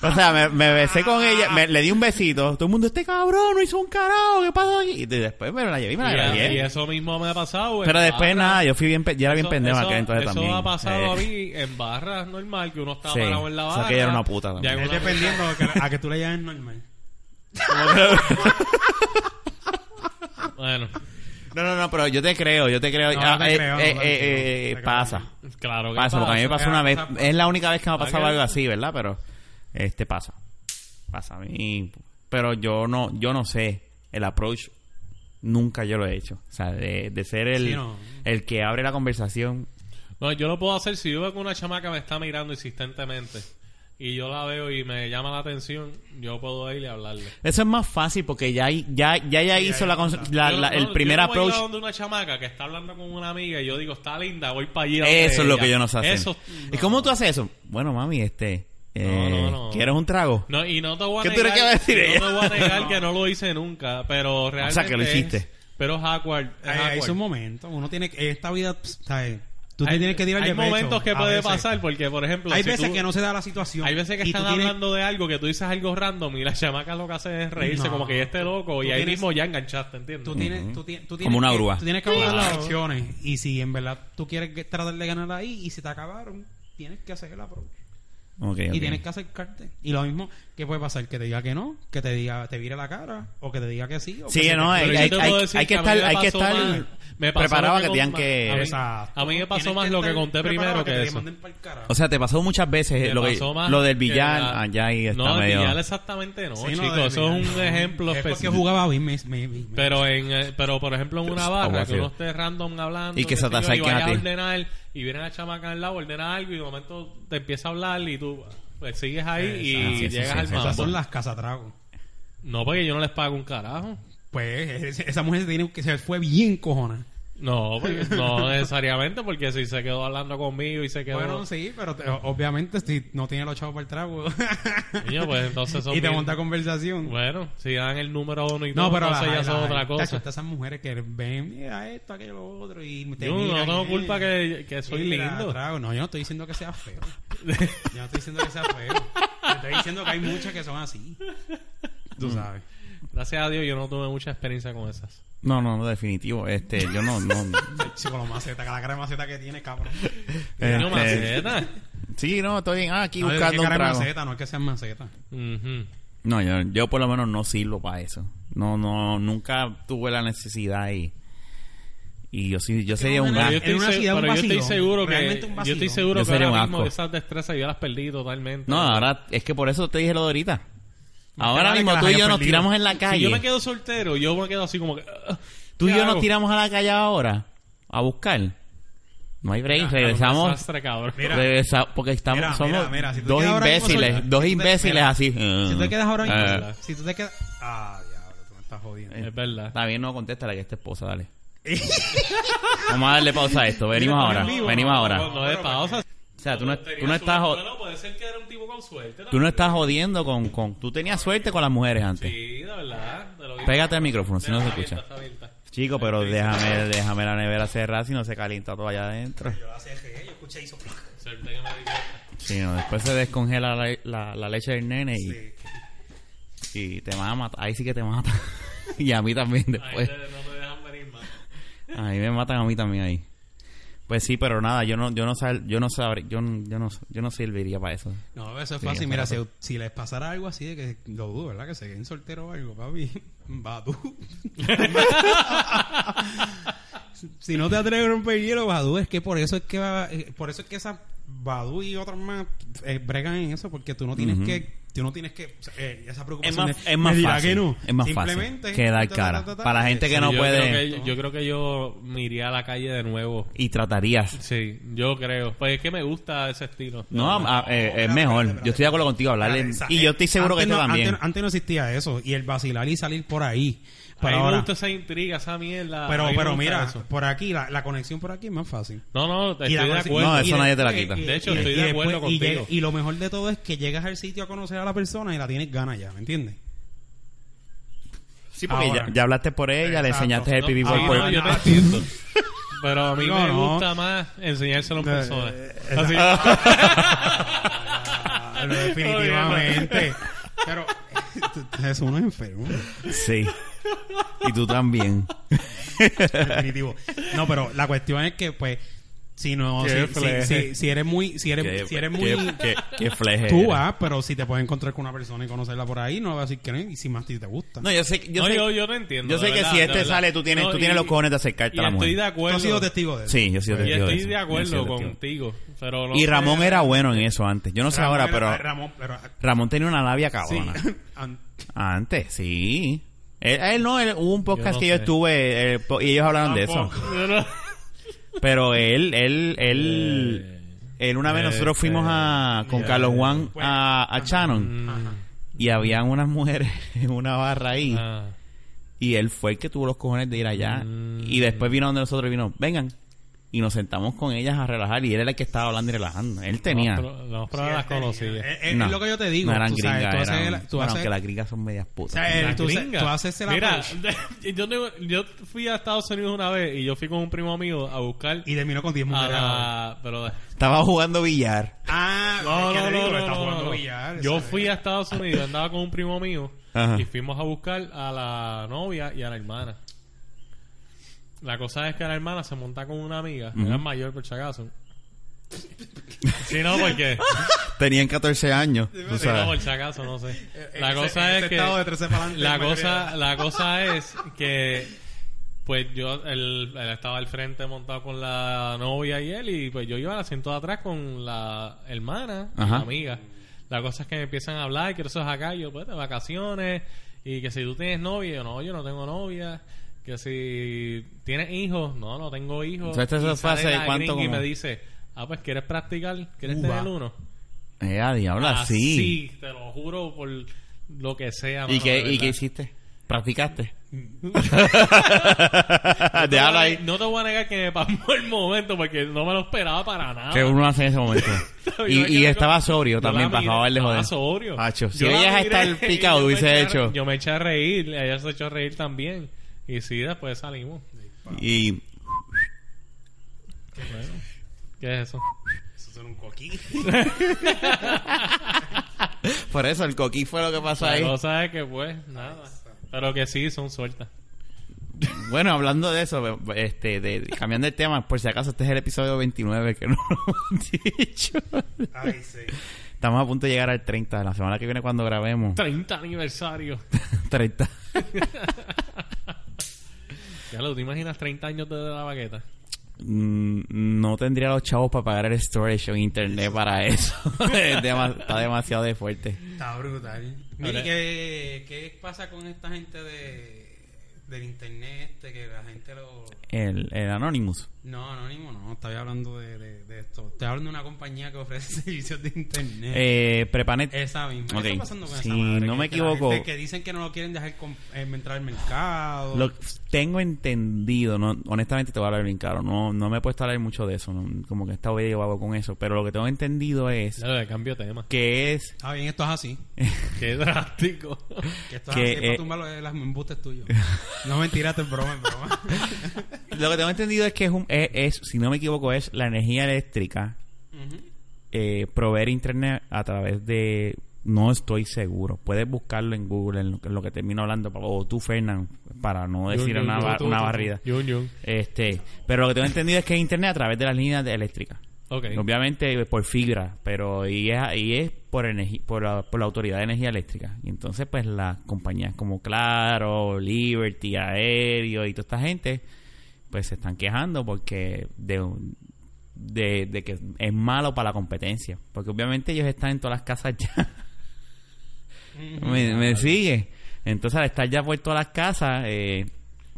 o sea, me, me besé con ella, me- le di un besito. Todo el mundo, este cabrón no hizo un carajo, ¿qué pasó aquí? Y después me la llevé y me la Y, grajeé. y eso mismo me ha pasado. en Ah, pues, Pero después barras. nada, yo fui bien, pe- yo era bien Eso- pendejo eso- aquel entonces eso también. ha pasado Eh, a mí en barras normal, que uno está Sí. parado en la O barra. sea, que ella era una puta también. Ya Es una dependiendo a que, a que tú le llames normal. puta. Bueno, No, no, no, pero yo te creo, yo te creo. No, Ah, no te eh, creo, eh, no, eh, eh, no, no, pasa. claro que Pasa, porque a mí me pasó pasa, una vez. pasa. Es la única vez que me ha pasado Ah, algo así, ¿verdad? Pero, este, pasa. Pasa a mí. Pero yo no, yo no sé. El approach nunca yo lo he hecho. O sea, de, de ser el, Sí, no. el que abre la conversación. No, yo lo puedo hacer si yo veo que una chamaca me está mirando insistentemente y yo la veo y me llama la atención, yo puedo ir y hablarle. Eso es más fácil porque ya, ahí- ya, ya, ya hizo la, cons- la- Yo no- la- no, el yo primer no voy a ir approach. a donde una chamaca que está hablando con una amiga y yo digo, está linda, voy para allí. a donde Eso es lo ella". que yo no sé hacer. Eso- ¿Y cómo tú haces eso? Bueno, mami, este. eh, no, no. ¿Quieres un trago? No, y no te voy a ¿Qué tú negar, crees que va a decir no ella? te voy a <laughs> negar que no lo hice nunca, pero realmente sea, que lo es- hiciste. pero es awkward. es Hay, hay awkward. sus momentos. Uno tiene que... Esta vida... pss, ¿sabes? Tú te Hay- tienes que tirar Hay de pecho, momentos que a puede veces. pasar porque, por ejemplo, Hay si veces tú- que no se da la situación. Hay veces que y tú están tienes- hablando de algo que tú dices algo random y la chamaca lo que hace es reírse No. como que ya esté loco y Tú ahí tienes- mismo ya enganchaste, ¿entiendes? Tú tienes, tú tienes, tú tienes Como una que- grúa. Tú tienes que abordar las Claro. opciones. Y si en verdad tú quieres que- tratar de ganar ahí y se te acabaron, tienes que hacer el approach. Ok, ok. Y tienes que acercarte. Y lo mismo que puede pasar, que te diga que no, que te diga, te vire la cara, o que te diga que sí. O Sí, que se no, te- hay- Pero yo hay- te puedo hay- decir hay que a mí estar- me hay que pasado estar más- me pasó preparado lo a que te digan con- que- a mí- Exacto. A mí me pasó Tienes más lo que estar conté primero preparado que, te eso. manden pa'l carajo. O sea, te pasó muchas veces Me Eh, lo, que- pasó más lo del que billar. la- allá ahí está no, el medio. billar exactamente no, Sí, no, chicos. de- eso es no, un ejemplo es porque específico. jugaba bien, me, me- me- Pero en eh, pero por ejemplo en una barra que Aguacero. uno esté random hablando Y que qué se sé yo, te acerquen vaya a ti. ordenar y viene la chamaca al lado, ordena algo y de momento te empieza a hablar y tú pues, sigues ahí Exacto. y Sí, sí, llegas sí, al sí, Esas mambo. son las cazatragos. No, porque yo no les pago un carajo. Pues es- esa mujer se, tiene, que se fue bien cojona. No, porque- <laughs> no necesariamente porque si se quedó hablando conmigo y se quedó Bueno, sí, pero te- o- obviamente si no tiene los chavos para el trago <laughs> Coño, pues entonces son y te bien- monta conversación. Bueno, si dan el número uno y No, todo, pero entonces la- ya son la- otra tacho, cosa. están esas mujeres que ven, mira esto, aquello, lo otro, y te Yo no miran, tengo eh, culpa que, que soy mira, lindo. trago. No, yo no estoy diciendo que sea feo. Yo no estoy diciendo que sea feo. Yo estoy diciendo que hay muchas que son así. Mm. Tú sabes. Gracias a Dios yo no tuve mucha experiencia con esas. No, no, no, definitivo. Este, yo no, no. Sí, con lo maceta, que la cara de maceta que tiene, cabrón. Este, Yo maceta. <laughs> sí, no, estoy bien. Ah, aquí No, yo dije buscando que un cara de trago. maceta, no es que sean macetas. Ujú. No, yo, yo por lo menos no sirvo para eso. No, no, nunca tuve la necesidad y y yo sí, yo sería un no, asco. Pero yo En una estoy, se- ciudad, un pero yo estoy vacilón. seguro que Realmente un yo vacilón. estoy seguro Yo que sería ahora un mismo asco. que esas destrezas yo las perdí totalmente. No, ahora es que por eso te dije lo de ahorita. Ahora vale que mismo las tú y hayas yo nos perdido. tiramos en la si yo me calle. quedo soltero, yo me quedo así como que ah, Tú y ¿qué yo nos hago? tiramos a la calle ahora a buscar. No hay break, Claro, un regresamos desastre, cabrón. Regresa- porque estamos, Mira, somos mira, mira, si tú dos quedas ahora mismo imbéciles, sola, dos si tú te- imbéciles mira, así. Si tú te quedas ahora mismo, Eh, si tú te quedas... Ah, diablo, tú me estás jodiendo. Es verdad. Está bien, no contesta la que es tu esposa, <laughs> dale. Vamos a darle pausa a esto, venimos ahora, Vivo, venimos no, ahora. No, O no, de pausa. sea, tú no, tú no Tenías estás, suerte. jo- Bueno, puede ser que era un tipo con suerte. tú no estás jodiendo con, con... Tú tenías suerte con las mujeres antes. Sí, de verdad. te lo digo. Pégate al micrófono, si no se Está abierta, escucha. está abierta. Chico, pero déjame, déjame la nevera cerrada si no se calienta todo allá adentro. Yo la CG, yo escuché y hizo... Suerte que me di cuenta. Sí, no, después se descongela la, la- la leche del nene y, y te van a matar. Ahí sí que te mata. <laughs> y a mí también Ahí después. te- no te dejan venir más. Ahí me matan a mí también ahí. Pues sí, pero nada, yo no, yo no sal- yo no sabré, yo, no- yo no, yo no serviría para eso. No, eso es Sí, fácil. eso Mira, es si, si les pasara algo así de que lo dudo, ¿verdad? Que se queden solteros o algo, papi. <laughs> Va <laughs> tú. si no te atreves a romper hielo, Badú, es que por eso es que va- eh, por eso es que esas Badú y otras más eh, bregan en eso porque tú no tienes Ujú. que tú no tienes que eh, esa Es preocupación más, de- es más me dirá fácil. que no. Es más fácil. Simplemente, Que dar ta, ta, cara. ta, ta, ta. Para la gente que Sí, no yo puede. Creo que, yo creo que yo me iría a la calle de nuevo. Y tratarías. Sí, yo creo. Pues es que me gusta ese estilo. No, a- a- eh, es espérate, mejor. espérate, Yo estoy de acuerdo contigo. Hablarle. Espérate, esa- Y yo estoy seguro que antes tú no- también. Antes, antes no existía eso y el vacilar y salir por ahí. a Pero mí me ahora- gusta esa intriga, esa mierda. Ah, A Pero, mí me pero gusta mira, eso. por aquí, la, la conexión por aquí es más fácil. No, no, Y la estoy de consi- acuerdo. No, eso y nadie te la después- quita. De hecho, estoy de acuerdo y contigo. llega- Y, lo mejor de todo es que llegas al sitio a conocer a la persona y la tienes ganas ya, ¿me entiendes? Sí, porque Ahora. Ah, ya, ya hablaste por ella, le Exacto. enseñaste el No, pipi sí, por- no, yo te Ah. entiendo. <laughs> Pero a mí Digo, me no. gusta más enseñárselo en Eh, persona. <laughs> eh, Así. <laughs> Claro, definitivamente. Pero <laughs> es uno es enfermo. <laughs> Sí. Y tú también. Definitivo. No, pero la cuestión es que, pues, si no, Qué si, fleje. si, si- si eres muy, si Qué- <laughs> eres, si eres muy qué- qué- qué fleje tú ah. eres. vas, pero si te puedes encontrar con una persona y conocerla por ahí, no vas a decir que no, y si más si te gusta. No, yo sé, yo No, sé, yo, yo no entiendo. yo sé de que verdad, si de este verdad. sale, tú tienes, No, tú tienes y- los cojones de acercarte y a la estoy mujer. de Tú acuerdo. has sido testigo de eso. Sí, yo sí Y estoy de acuerdo contigo. contigo. Pero no Y sé- Ramón era bueno en eso antes. Yo no sé ahora, Ramón era- pero Ramón, pero. ah, Ramón tenía una labia Sí. Ah, cabrona. <laughs> An- Antes, sí. Él, él no, él- hubo un podcast no que yo sé. estuve eh, po- y ellos hablaron de eso. Tampoco. Ah, pues, <laughs> Yo no- Pero él, él, él, Eh, él una vez nosotros Este, fuimos a, con ya, Carlos Juan bueno. a, a Shannon Ajá. y habían unas mujeres <laughs> en una barra ahí Ah. y él fue el que tuvo los cojones de ir allá Mm. y después vino donde nosotros y vino, vengan. Y nos sentamos con ellas a relajar y él era el que estaba hablando y relajando. Él tenía... Lo más pro- lo más probable las conocía. Es- este, eh, es- No, es lo que yo te digo. No eran tú sabes, gringas, tú haces eran- el- tú bueno, haces- aunque las gringas son medias o putas. sea, eh, el- Las tú, se- gringas. tú haces el Mira, approach <laughs> yo, tengo- yo fui a Estados Unidos una vez y yo fui con un primo mío a buscar. y terminó con 10 a mujeres. la- pero Estaba jugando billar. Ah, Ah, No, es que no, te digo, no, no, está no, jugando no. billar, Yo ¿sabes? fui a Estados Unidos, andaba con un primo mío Ajá. y fuimos a buscar a la novia y a la hermana. La cosa es que la hermana se monta con una amiga, Ujú. era mayor por si acaso. <laughs> Si no, porque Tenían 14 años. tú si no, sabes. por si acaso, no sé. La Eh, Ese- cosa ese es que estado de pues, 13 para adelante, la la cosa, mayoría. la cosa es que pues yo él, él estaba al frente montado con la novia y él y pues yo iba al asiento de atrás con la hermana y Ajá. la amiga. La cosa es que me empiezan a hablar que eso es acá y yo pues de vacaciones y que si tú tienes novia, yo no, yo no tengo novia. Que si tienes hijos, no, no tengo hijos. Entonces, esa fue Y sale hace la cuánto, gringa Y como- me dice, ah, pues quieres practicar, quieres Uva. tener uno. Eh, a Ah, diabla, sí. Así, te lo juro por lo que sea. ¿Y, mano, de qué, ¿Y verdad. qué hiciste? ¿Practicaste? No <laughs> te Te voy a habla ne- ahí. No te voy a negar que me pasó el momento porque no me lo esperaba para nada. Que uno hace en ese momento. <laughs> Yo y me y quedé estaba con- sobrio Yo también, la para miré, acabar de joder. estaba sobrio. Pacho, si Yo la ella ya miré está el <laughs> y picado, yo me hubiese eché a- hecho. Yo me eché a reír, ella se echó a reír también. Y sí, después salimos. Y Bueno, ¿Qué es eso? Eso suena un coquí. por eso el coquí fue lo que pasó La ahí. cosa es que, pues, nada. Pero que sí, son sueltas. <laughs> Bueno, hablando de eso, este, de, cambiando el tema, por si acaso este es el episodio 29 que no lo hemos <laughs> dicho. Ay, sí. Estamos a punto de llegar al 30, la semana que viene cuando <laughs> grabemos. 30 aniversario. 30. Ya lo, ¿te imaginas 30 años de la baqueta? Mm, no tendría los chavos para pagar el storage en internet para eso. <laughs> Es dema- está demasiado de fuerte. Está brutal. Ahora- Mire, ¿qué, ¿qué pasa con esta gente de del internet este que la gente lo... El, el Anonymous. No, anónimo no, estaba hablando de, de, de esto. Estoy hablando de una compañía que ofrece <laughs> servicios de internet. Eh, Prepanet. Esa misma. ok. ¿Qué está pasando con Si esa madre? no Que- me que la equivoco- gente que dicen que no lo quieren dejar com- eh, entrar al mercado. Lo que tengo entendido, no, honestamente te voy a hablar bien claro, no, no me he puesto a hablar mucho de eso, no, como que he estado llevado con eso, pero lo que tengo entendido es Ya, cambio de tema. <laughs> que es Está bien, esto es así. Qué drástico. Que esto es Que, así eh, para tumbar los, los embustes tuyos. <laughs> No mentiras, es broma, es broma. lo que tengo entendido es que es, un, es, es, si no me equivoco, es la energía eléctrica Ujú. eh, proveer internet a través de no estoy seguro puedes buscarlo en Google en lo, que- en lo que termino hablando pa- o tú Fernán para no decir Yun, yun, una, yun, ba- tú, una tú, tú. barrida Yun, yun. este pero lo que tengo entendido es que es internet a través de las líneas de- eléctricas Ok. obviamente eh, por fibra pero y es, y es por energi- por la, por la autoridad de energía eléctrica y entonces pues las compañías como Claro Liberty Aéreo y toda esta gente pues se están quejando porque de, un- de, de que es malo para la competencia. Porque obviamente ellos están en todas las casas <laughs> ya. me, me sigue. Entonces, al estar ya por todas las casas, eh,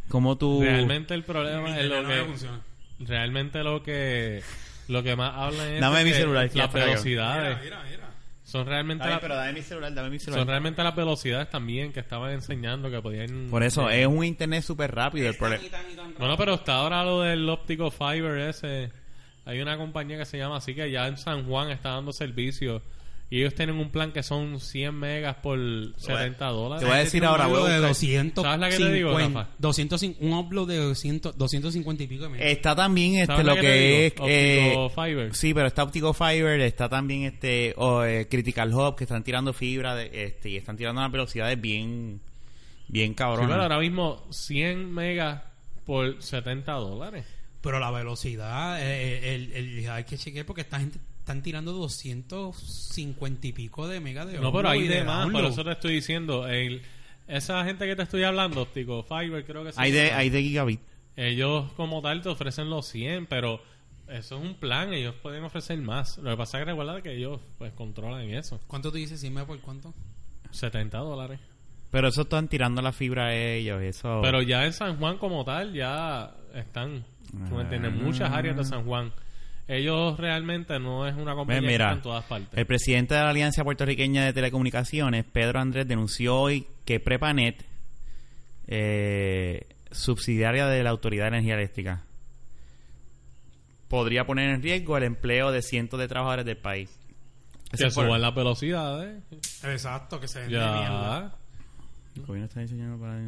como tú... Realmente el problema es Internet lo no me que funciona. realmente lo que lo que más hablan es Dame de mi que celular, que ya las está cayendo. velocidades Mira, mira, mira. son realmente la- dame mi celular, dame mi son realmente las velocidades también que estaban enseñando que podían Por eso, es un internet súper rápido el Y problema. tan, y tan bueno pero está ahora lo del óptico fiber ese hay una compañía que se llama así que ya en San Juan está dando servicio Y ellos tienen un plan que son 100 megas por 70 dólares. Te Este voy a decir ahora, Este Un voy a upload de buscar. 200, ¿Sabes la que te digo, 50, Rafa? Eh. 250, un upload de 200, 250 y pico de megas. Está también este ¿Sabes lo la que, te es digo? eh, Optical Fiber. sí, pero está Optico Fiber, está también este o, eh, Critical Hub que están tirando fibra de, este y están tirando unas velocidades bien bien Sí, pero cabronas. ahora mismo 100 megas por 70 dólares. Pero la velocidad, eh, el, el, hay que chequear porque esta gente están tirando 250 y pico de megas de No, pero upload Este, y hay de de más. Por download. eso te estoy diciendo. el- esa gente que te estoy hablando, Optico Fiber, creo que se hay de llama, hay de gigabit. Ellos como tal te ofrecen los 100, pero eso es un plan. Ellos pueden ofrecer más. Lo que pasa es que recuerda que ellos pues controlan eso. ¿Cuánto tú dices? 100 megas por cuánto? 70 dólares. Pero eso están tirando la fibra a ellos, eso. Pero ya en San Juan como tal, ya están. Tú me Ah. entiendes, muchas áreas de San Juan. Ellos realmente no es una compañía Ven, que está mira, eh, en todas partes. el presidente de la Alianza Puertorriqueña de Telecomunicaciones, Pedro Andrés, denunció hoy que Prepanet, eh, subsidiaria de la Autoridad de Energía Eléctrica, podría poner en riesgo el empleo de cientos de trabajadores del país. Eso que es por- suban las velocidades. Exacto, que se Ya. El gobierno está diseñado para-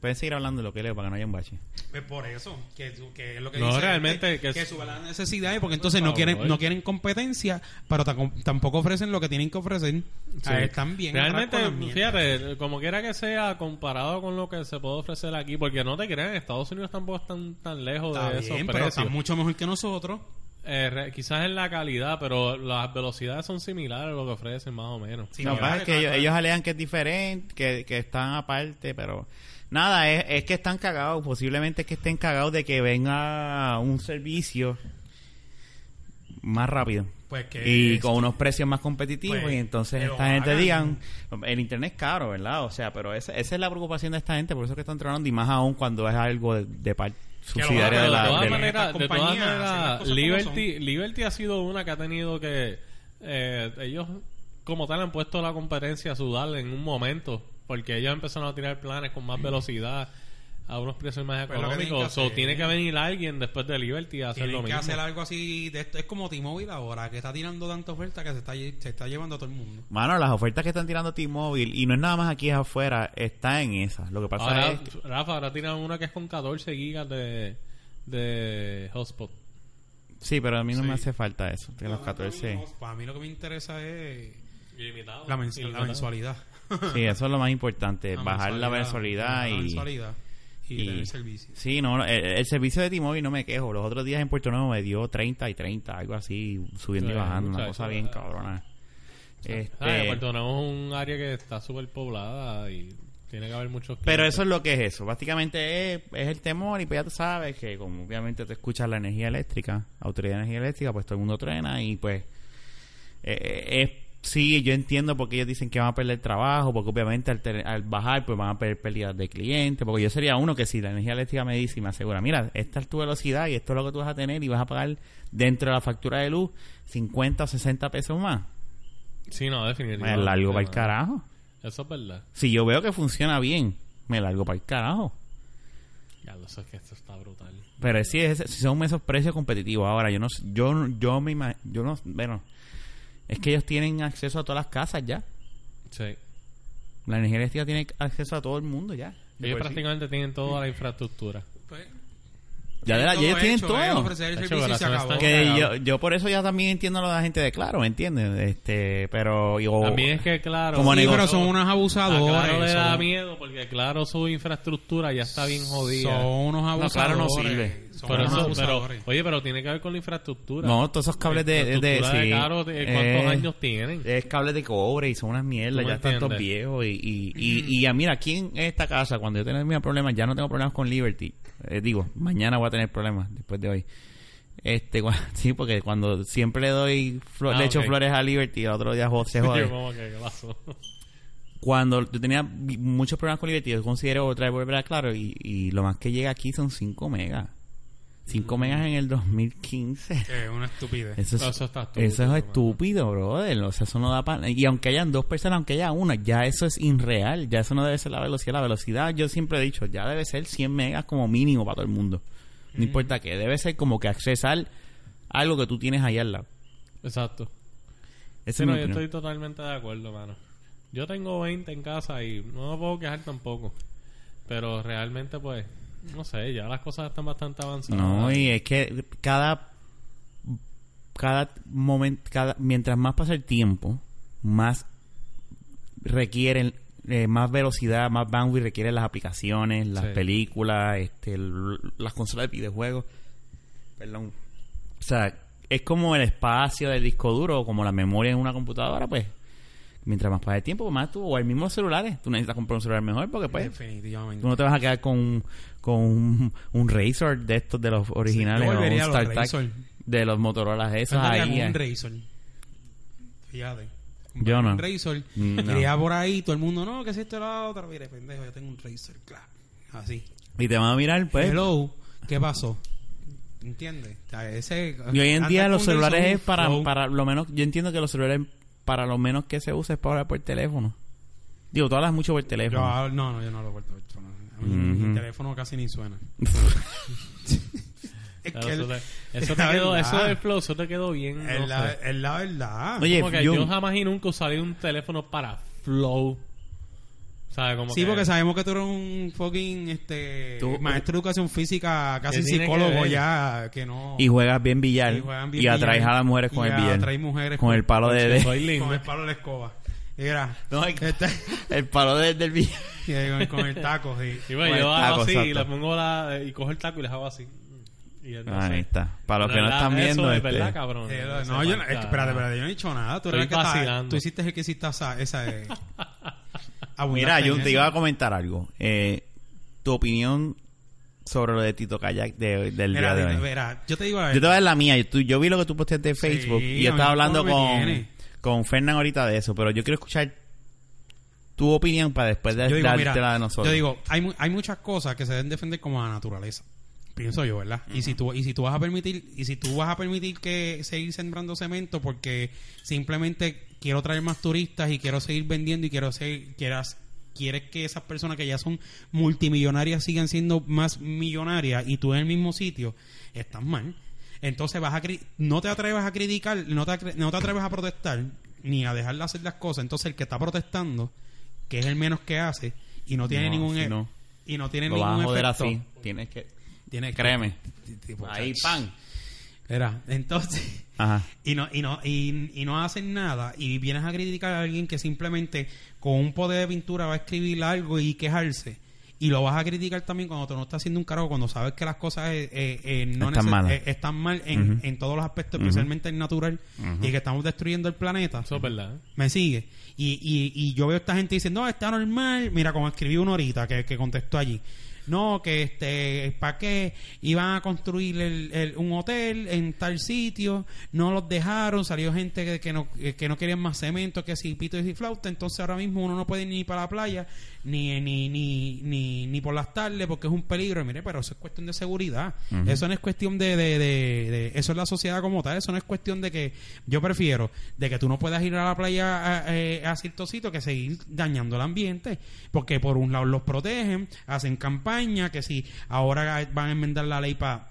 Pueden seguir hablando de lo que leo para que no haya un bache. Es por eso, que, su- que es lo que No, dice, realmente, que, que que es- suba las necesidades, porque entonces no favor. quieren no quieren competencia, pero ta- tampoco ofrecen lo que tienen que ofrecer. A ver, Ah, están bien Realmente, atrás con las mierdas. fíjate, como quiera que sea, comparado con lo que se puede ofrecer aquí, porque no te crean, Estados Unidos tampoco están tan lejos Está de bien, esos pero están precios. mucho mejor que nosotros. Eh, re- quizás en la calidad, pero las velocidades son similares a lo que ofrecen más o menos. Sí, no, claro, pasa es que claro, ellos, claro. ellos alegan que es diferente, que, que están aparte, pero nada, es, es que están cagados, posiblemente es que estén cagados de que venga un servicio más rápido Pues que y con unos precios más competitivos pues, y entonces que lo esta gente hagan. digan, el internet es caro, ¿verdad? O sea, pero esa, esa es la preocupación de esta gente, por eso es que están tronando y más aún cuando es algo de, de par- subsidiaria hagan, de la... Ah, Pero de todas de todas la- maneras, maneras, estas de todas compañías hacen las maneras, cosas como Liberty, Liberty ha sido una que ha tenido que eh, ellos como tal han puesto la competencia a sudar en un momento, porque ellos empezaron a tirar planes con más velocidad a unos precios más Pues lo que tienen que económicos. So, hacer. tiene que venir alguien después de Liberty a hacer tienen lo que mismo. hacer algo así. De esto. Es como T-Mobile ahora, que está tirando tanta oferta que se está, lle- se está llevando a todo el mundo. Mano, las ofertas que están tirando T-Mobile, y no es nada más aquí es afuera, está en esas. Lo que pasa Ahora, es que- Rafa, ahora tiran una que es con 14 gigas de, de hotspot. Sí, pero a mí no Sí. me hace falta eso. De los 14. Para mí lo que me interesa es Ilimitado. la, mens- la mensualidad. Sí, eso es lo más Eh, importante. bajar la mensualidad La y... mensualidad y, y- tener servicio. Sí, no, no, el, el servicio de T-Mobile no me quejo. Los otros días en Puerto Nuevo me dio 30 y 30, algo así, subiendo y Sí, bajando. Una muchacho, cosa bien eh. cabrona. Ah, Este, Puerto Nuevo es un área que está súper poblada y tiene que haber muchos pero clientes. eso es lo que es eso. Básicamente es, es el temor y pues ya tú sabes que como obviamente te escuchas la energía eléctrica, autoridad de energía eléctrica, pues todo el mundo trena y pues Eh, es- sí, yo entiendo porque ellos dicen que van a perder trabajo, porque obviamente al, tener- al bajar pues van a perder pérdidas de clientes, porque yo sería uno que si la energía eléctrica me dice y me asegura, mira, esta es tu velocidad y esto es lo que tú vas a tener y vas a pagar dentro de la factura de luz 50 o 60 pesos más. Sí, no, definitivamente. Me largo para el No. carajo. Eso es verdad. Si yo veo que funciona bien, me largo para el carajo. Ya lo sé, es que esto está brutal. Pero sí, es, sí son esos precios competitivos. Ahora, yo no s- yo, no- yo me imagino, yo no, bueno, es que ellos tienen acceso a todas las casas ya. Sí. La energía eléctrica tiene acceso a todo el mundo ya. De Ellos por sí. prácticamente tienen toda la infraestructura. Pues, Ya de la, todo ellos tienen hecho, es todo. ofrecer el Hecho, servicio y se corazón, acabó. están Que yo, cagados. yo por eso ya también entiendo lo de la gente de Claro, ¿me entiendes? Este, pero yo... También es que, claro. Como Sí, negocio. pero son unos a abusadores. Ah, Claro le da son- miedo porque, claro, su infraestructura ya está bien jodida. Son unos No, claro, abusadores. no sirve. Son Pero unos eso- pero, abusadores. oye, pero tiene que ver con la infraestructura. No, todos esos cables de... de, de- Infraestructura de sí. caro, de- ¿cuántos Eh, años tienen? Es cables de cobre y son unas ¿Tú mierdas, me ya están todos entiendes? viejos. Y, <clears throat> y, y, y, ah, mira, aquí en esta casa, cuando yo tenía mis problemas, ya no tengo problemas con Liberty. Eh, digo, mañana voy a tener problemas después de hoy. Este, <laughs> cua- sí, porque cuando siempre le doy, flo- Ah, le echo ok. flores a Liberty, al otro día jo- se jode. <laughs> Yo como que, ¿qué pasó? cuando yo tenía vi- muchos problemas con Liberty, yo considero otra vez volver a Claro y, y lo más que llega aquí son 5 megas. 5 megas en el 2015. Que es una <laughs> estupidez. Eso es, No, eso está estúpido, eso es mano. estúpido, brother. O sea, eso no da para... Y aunque hayan dos personas, aunque haya una, ya eso es irreal. Ya eso no debe ser la velocidad. La velocidad, yo siempre he dicho, ya debe ser 100 megas como mínimo para todo el mundo. No importa qué. Debe ser como que accesar algo que tú tienes ahí al lado. Exacto. Esa Sí, es no, mi yo opinión. estoy totalmente de acuerdo, mano. Yo tengo 20 en casa y no me puedo quejar tampoco. Pero realmente, pues, no sé, ya las cosas están bastante avanzadas. No, y es que cada cada momento, cada mientras más pasa el tiempo, más requieren eh, más velocidad, más bandwidth requieren las aplicaciones, las Sí. películas, este el- las consolas de videojuegos. Perdón. O sea, es como el espacio del disco duro o como la memoria en una computadora, pues mientras más pasa el tiempo, más tú o el mismo celulares, tú necesitas comprar un celular mejor porque pues Definitivamente. Tú no te vas a quedar con, un- con un, un Razor de estos de los originales. yo o volvería un a los StarTAC Razor. De los Motorola esos Andaría ahí. con un eh. Razor. Fíjate. Yo no. Mm, Un Razor. No. Iría por ahí, todo el mundo, no, que si esto era otra. Mire, pendejo, yo tengo un Razor, claro. Así. Y te van a mirar, pues. Hello, ¿qué pasó? ¿Entiendes? O sea, ese, Y hoy en día andar los con Razor celulares un es para, flow. para lo menos. Yo entiendo que los celulares para lo menos que se usa es para hablar por teléfono. Digo, tú hablas mucho por Yo, teléfono. hablo- no, no, yo no lo corto. yo no. A mí Mi Ujú. teléfono casi <laughs> ni suena. es Claro, que el- eso, te, eso, es te la quedó, verdad. eso del flow, eso te quedó bien. no es, la, sé. es la verdad. Oye, Como que yo- yo jamás y nunca usaría un teléfono para flow. ¿Sabes? Como sí, que- porque sabemos que tú eres un fucking este, Tú- maestro de educación física, casi ¿Qué tiene que psicólogo ver? ya, que no... Y juegas bien billar. Y Y, juegan bien atraes billar. a las mujeres con Y el billar. atraes mujeres con con- el palo de. de- Soy lindo. Con el palo de la escoba. Mira, <laughs> No, el, este- <laughs> el palo de- del billar. y con, con el taco, sí. Y bueno, Con yo el hago taco, así y exacto. le pongo la... eh, Y cojo el taco y les hago así. Y entonces- Ahí está. Para los que no ¿Verdad? están Eso viendo. es este, verdad, cabrón. Eh, No se no, yo no, falta. es que, espérate, espérate, yo no he dicho nada. Tú, eres el Estoy que está- vacilando. tú hiciste el que hiciste esa... esa <laughs> eh, Mira, abundaste yo en te eso. iba a comentar algo. Eh, tu opinión sobre lo de Tito Kayak de- del día Mira, de dime, hoy. mira, yo te digo la Yo te voy a verdad. dar la mía. Yo, tú- yo vi lo que tú posteaste en Facebook Sí, y yo estaba a mí hablando todo me con, viene. con Fernán ahorita de eso, pero yo quiero escuchar tu opinión para después de Yo digo, darte mira, la de nosotros. yo digo, hay, mu- hay muchas cosas que se deben defender como la naturaleza. Pienso yo, ¿verdad? Y si tú y si tú vas a permitir y si tú vas a permitir que seguir sembrando cemento porque simplemente quiero traer más turistas y quiero seguir vendiendo y quiero seguir quieras quieres que esas personas que ya son multimillonarias sigan siendo más millonarias y tú en el mismo sitio, estás mal. Entonces vas a cri- no te atrevas a criticar, no te, atre- no te atreves a protestar ni a dejar de hacer las cosas. Entonces el que está protestando, que es el menos que hace y no tiene No, ningún así e- no. y no tiene lo vas a ningún joder efecto. así. Tienes que. Tienes que- Créeme. Ti- tipo, Ahí, chacho. pan. Era, entonces Ajá. y no y no y, y no hacen nada y vienes a criticar a alguien que simplemente con un poder de pintura va a escribir algo y quejarse y lo vas a criticar también cuando tú no estás haciendo un cargo cuando sabes que las cosas eh, eh, eh, no Están neces- malas. eh, están mal en, Ujú. en todos los aspectos especialmente el natural y que estamos destruyendo el planeta Eso es verdad. me sigue. Y, y, y yo veo esta gente diciendo, no, está normal. Mira, como escribí una horita que, que contestó allí. No, que este, ¿para qué iban a construir el- el- un hotel en tal sitio? No los dejaron, salió gente que, que no, eh, que no querían más cemento, que si pito y si flauta. Entonces ahora mismo uno no puede ir ni para la playa, ni, ni, ni, ni, ni por las tardes, porque es un peligro. Y Mire, pero eso es cuestión de seguridad. Eso no es cuestión de, de, de- de- Eso es la sociedad como tal. Eso no es cuestión de que. Yo prefiero de que tú no puedas ir a la playa a, eh, a cierto sitio que seguir dañando el ambiente. Porque por un lado los protegen, hacen campaña, que si ahora van a enmendar la ley para.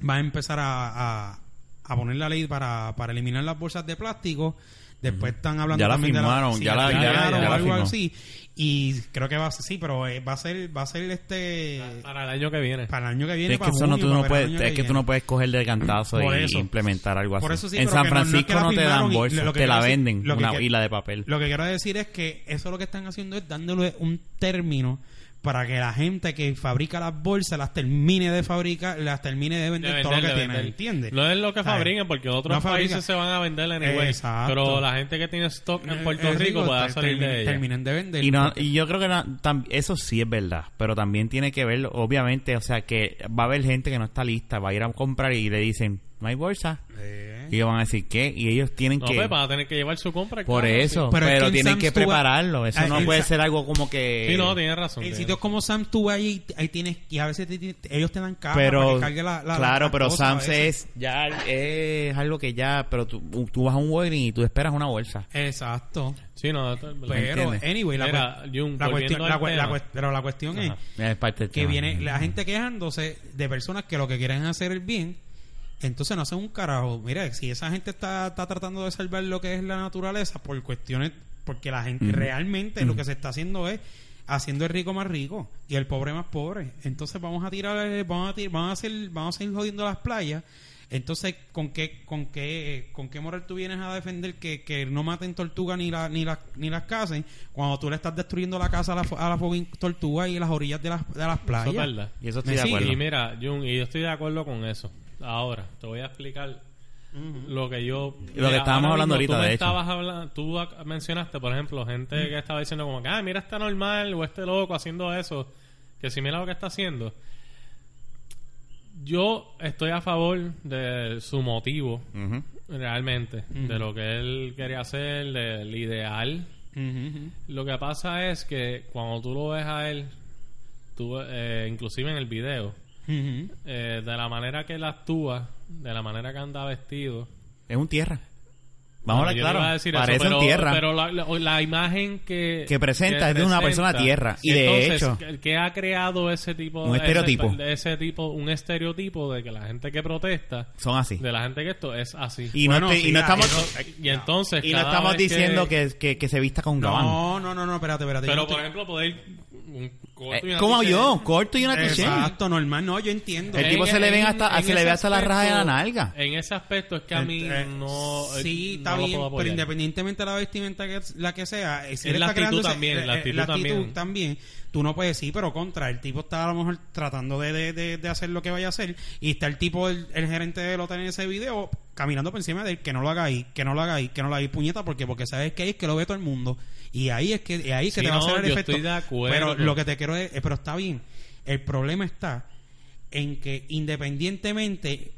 Van a empezar a, a, a poner la ley para, para eliminar las bolsas de plástico. Después están hablando Ya la también de firmaron, sí, ya la- ya la- firmaron ya o la algo firmó. así. Y creo que va a ser, sí, pero eh, va a ser, va a ser este Para el año que viene. para el año que viene. Es que, para eso no, junio, tú no para puedes, verano es año que tú no viene. puedes coger del cantazo Por y eso. implementar algo así. Por eso sí, en pero San que no- no es que Francisco la no, te firmaron dan y- bolsa, lo que te quiero la decir- venden lo que una quiero- pila de papel. Lo que quiero decir es que eso lo que están haciendo es dándole un término para que la gente que fabrica las bolsas las termine de fabricar, las termine de vender, De todo lo vender, que de tienen, vender. ¿entiendes? No es lo que ¿Sabes? fabriquen porque otros No fabrica. países se van a vender anyway. Exacto. Pero la gente que tiene stock en Puerto Eh, eh, Rico digo, pueda ter- salir terminen- de ella. Terminen de vender. Y, no, Este, porque- y yo creo que no- tam- eso sí es verdad, pero también tiene que ver, obviamente, o sea, que va a haber gente que no está lista, va a ir a comprar y le dicen, no hay bolsa. Eh. Y ellos van a decir, ¿qué? Y ellos tienen No, que... pues, van a tener que llevar su compra. por claro, eso, sí. Pero pero, es que en tienen Sam's que tú vas- prepararlo. Eso Ah, no en puede Sa- ser algo como que... Sí, no, tienes razón. En tienes sitios como Sam, tú vas ahí, ahí tienes, y a veces te- te- ellos te dan caja para pero que cargue la, la- claro las pero cosas a Sam's veces. es ya es algo que ya pero tú, tú vas a un Walgreens y tú esperas una bolsa Exacto. razón. Sí, no, esto es verdad. Pero, entiendes? anyway, la, Mira, cuest- Jun, la cuestión, volviendo la al cue- la tema. cuest- pero la cuestión Ajá. es Es parte del que Este tema. viene la gente quejándose de personas que lo que quieren es hacer el bien Entonces no hacen un carajo. Mira, si esa gente está, está tratando de salvar lo que es la naturaleza por cuestiones, porque la gente realmente lo que se está haciendo es haciendo el rico más rico y el pobre más pobre. Entonces vamos a tirar, eh, vamos a tirar, vamos a hacer, vamos a ir jodiendo las playas. Entonces, ¿con qué, con qué, con qué moral tú vienes a defender que, que no maten tortugas ni la, ni las, ni las casen cuando tú le estás destruyendo la casa a la, fo- a la fucking tortuga y las orillas de las, de las Eso es playas? verdad. Ah, Y eso estoy Me de sigue. acuerdo. Y mira, Jun, y yo estoy de acuerdo con eso. Ahora, te voy a explicar lo que yo... Y lo que estábamos hablando mismo tú ahorita, me de hecho. estabas hablan- tú ac- mencionaste, por ejemplo, gente que estaba diciendo como que, ah, mira, está normal o este loco haciendo eso. Que si mira lo que está haciendo. Yo estoy a favor de su motivo, Ujú. realmente, de lo que él quería hacer, del ideal Ujú, ujú. lo que pasa es que cuando tú lo ves a él, tú, eh, inclusive en el video, Ujú. eh, de la manera que él actúa, de la manera que anda vestido. Es un tierra. Vamos Bueno, a yo hablar no claro. iba a decir eso, Parece pero- un tierra. Pero la, la- la imagen que. Que presenta es de una persona tierra, y de hecho- El que ha creado ese tipo. Un ese- estereotipo. Ese, tipo, un estereotipo de que la gente que protesta, Son así. de la gente que esto es así. Y, Bueno, no, estoy- y sí, no ah, estamos, Y entonces. y no cada estamos vez diciendo que, que, que se vista con gabán. No, no, no, no, espérate, espérate. Pero Yo por estoy- ejemplo, poder. un corto y Eh, una como t-shirt. yo, corto y una t Exacto, normal, no, yo entiendo. El En- tipo se le ven en- hasta- en se le ese ve hasta la raja de la aspecto- nalga. En ese aspecto es que a mí Ent- no. eh, sí, no está lo bien, puedo apoyar. pero independientemente de la vestimenta que la que sea, eh, si Es él la está actitud creando ese- también, eh, la eh, actitud también. también, tú no puedes decir, pero contra, el tipo está a lo mejor tratando de, de- de- de hacer lo que vaya a hacer y está el tipo, el, el gerente del hotel en ese video caminando por encima de él, que no lo haga ahí, que no lo haga ahí, que no lo haga ahí, puñeta, porque porque sabes que ahí es que lo ve todo el mundo y ahí es que, y ahí es que Sí, te va no, a hacer el yo efecto. estoy de acuerdo. Pero lo que te quiero es, eh, pero está bien, el problema está en que independientemente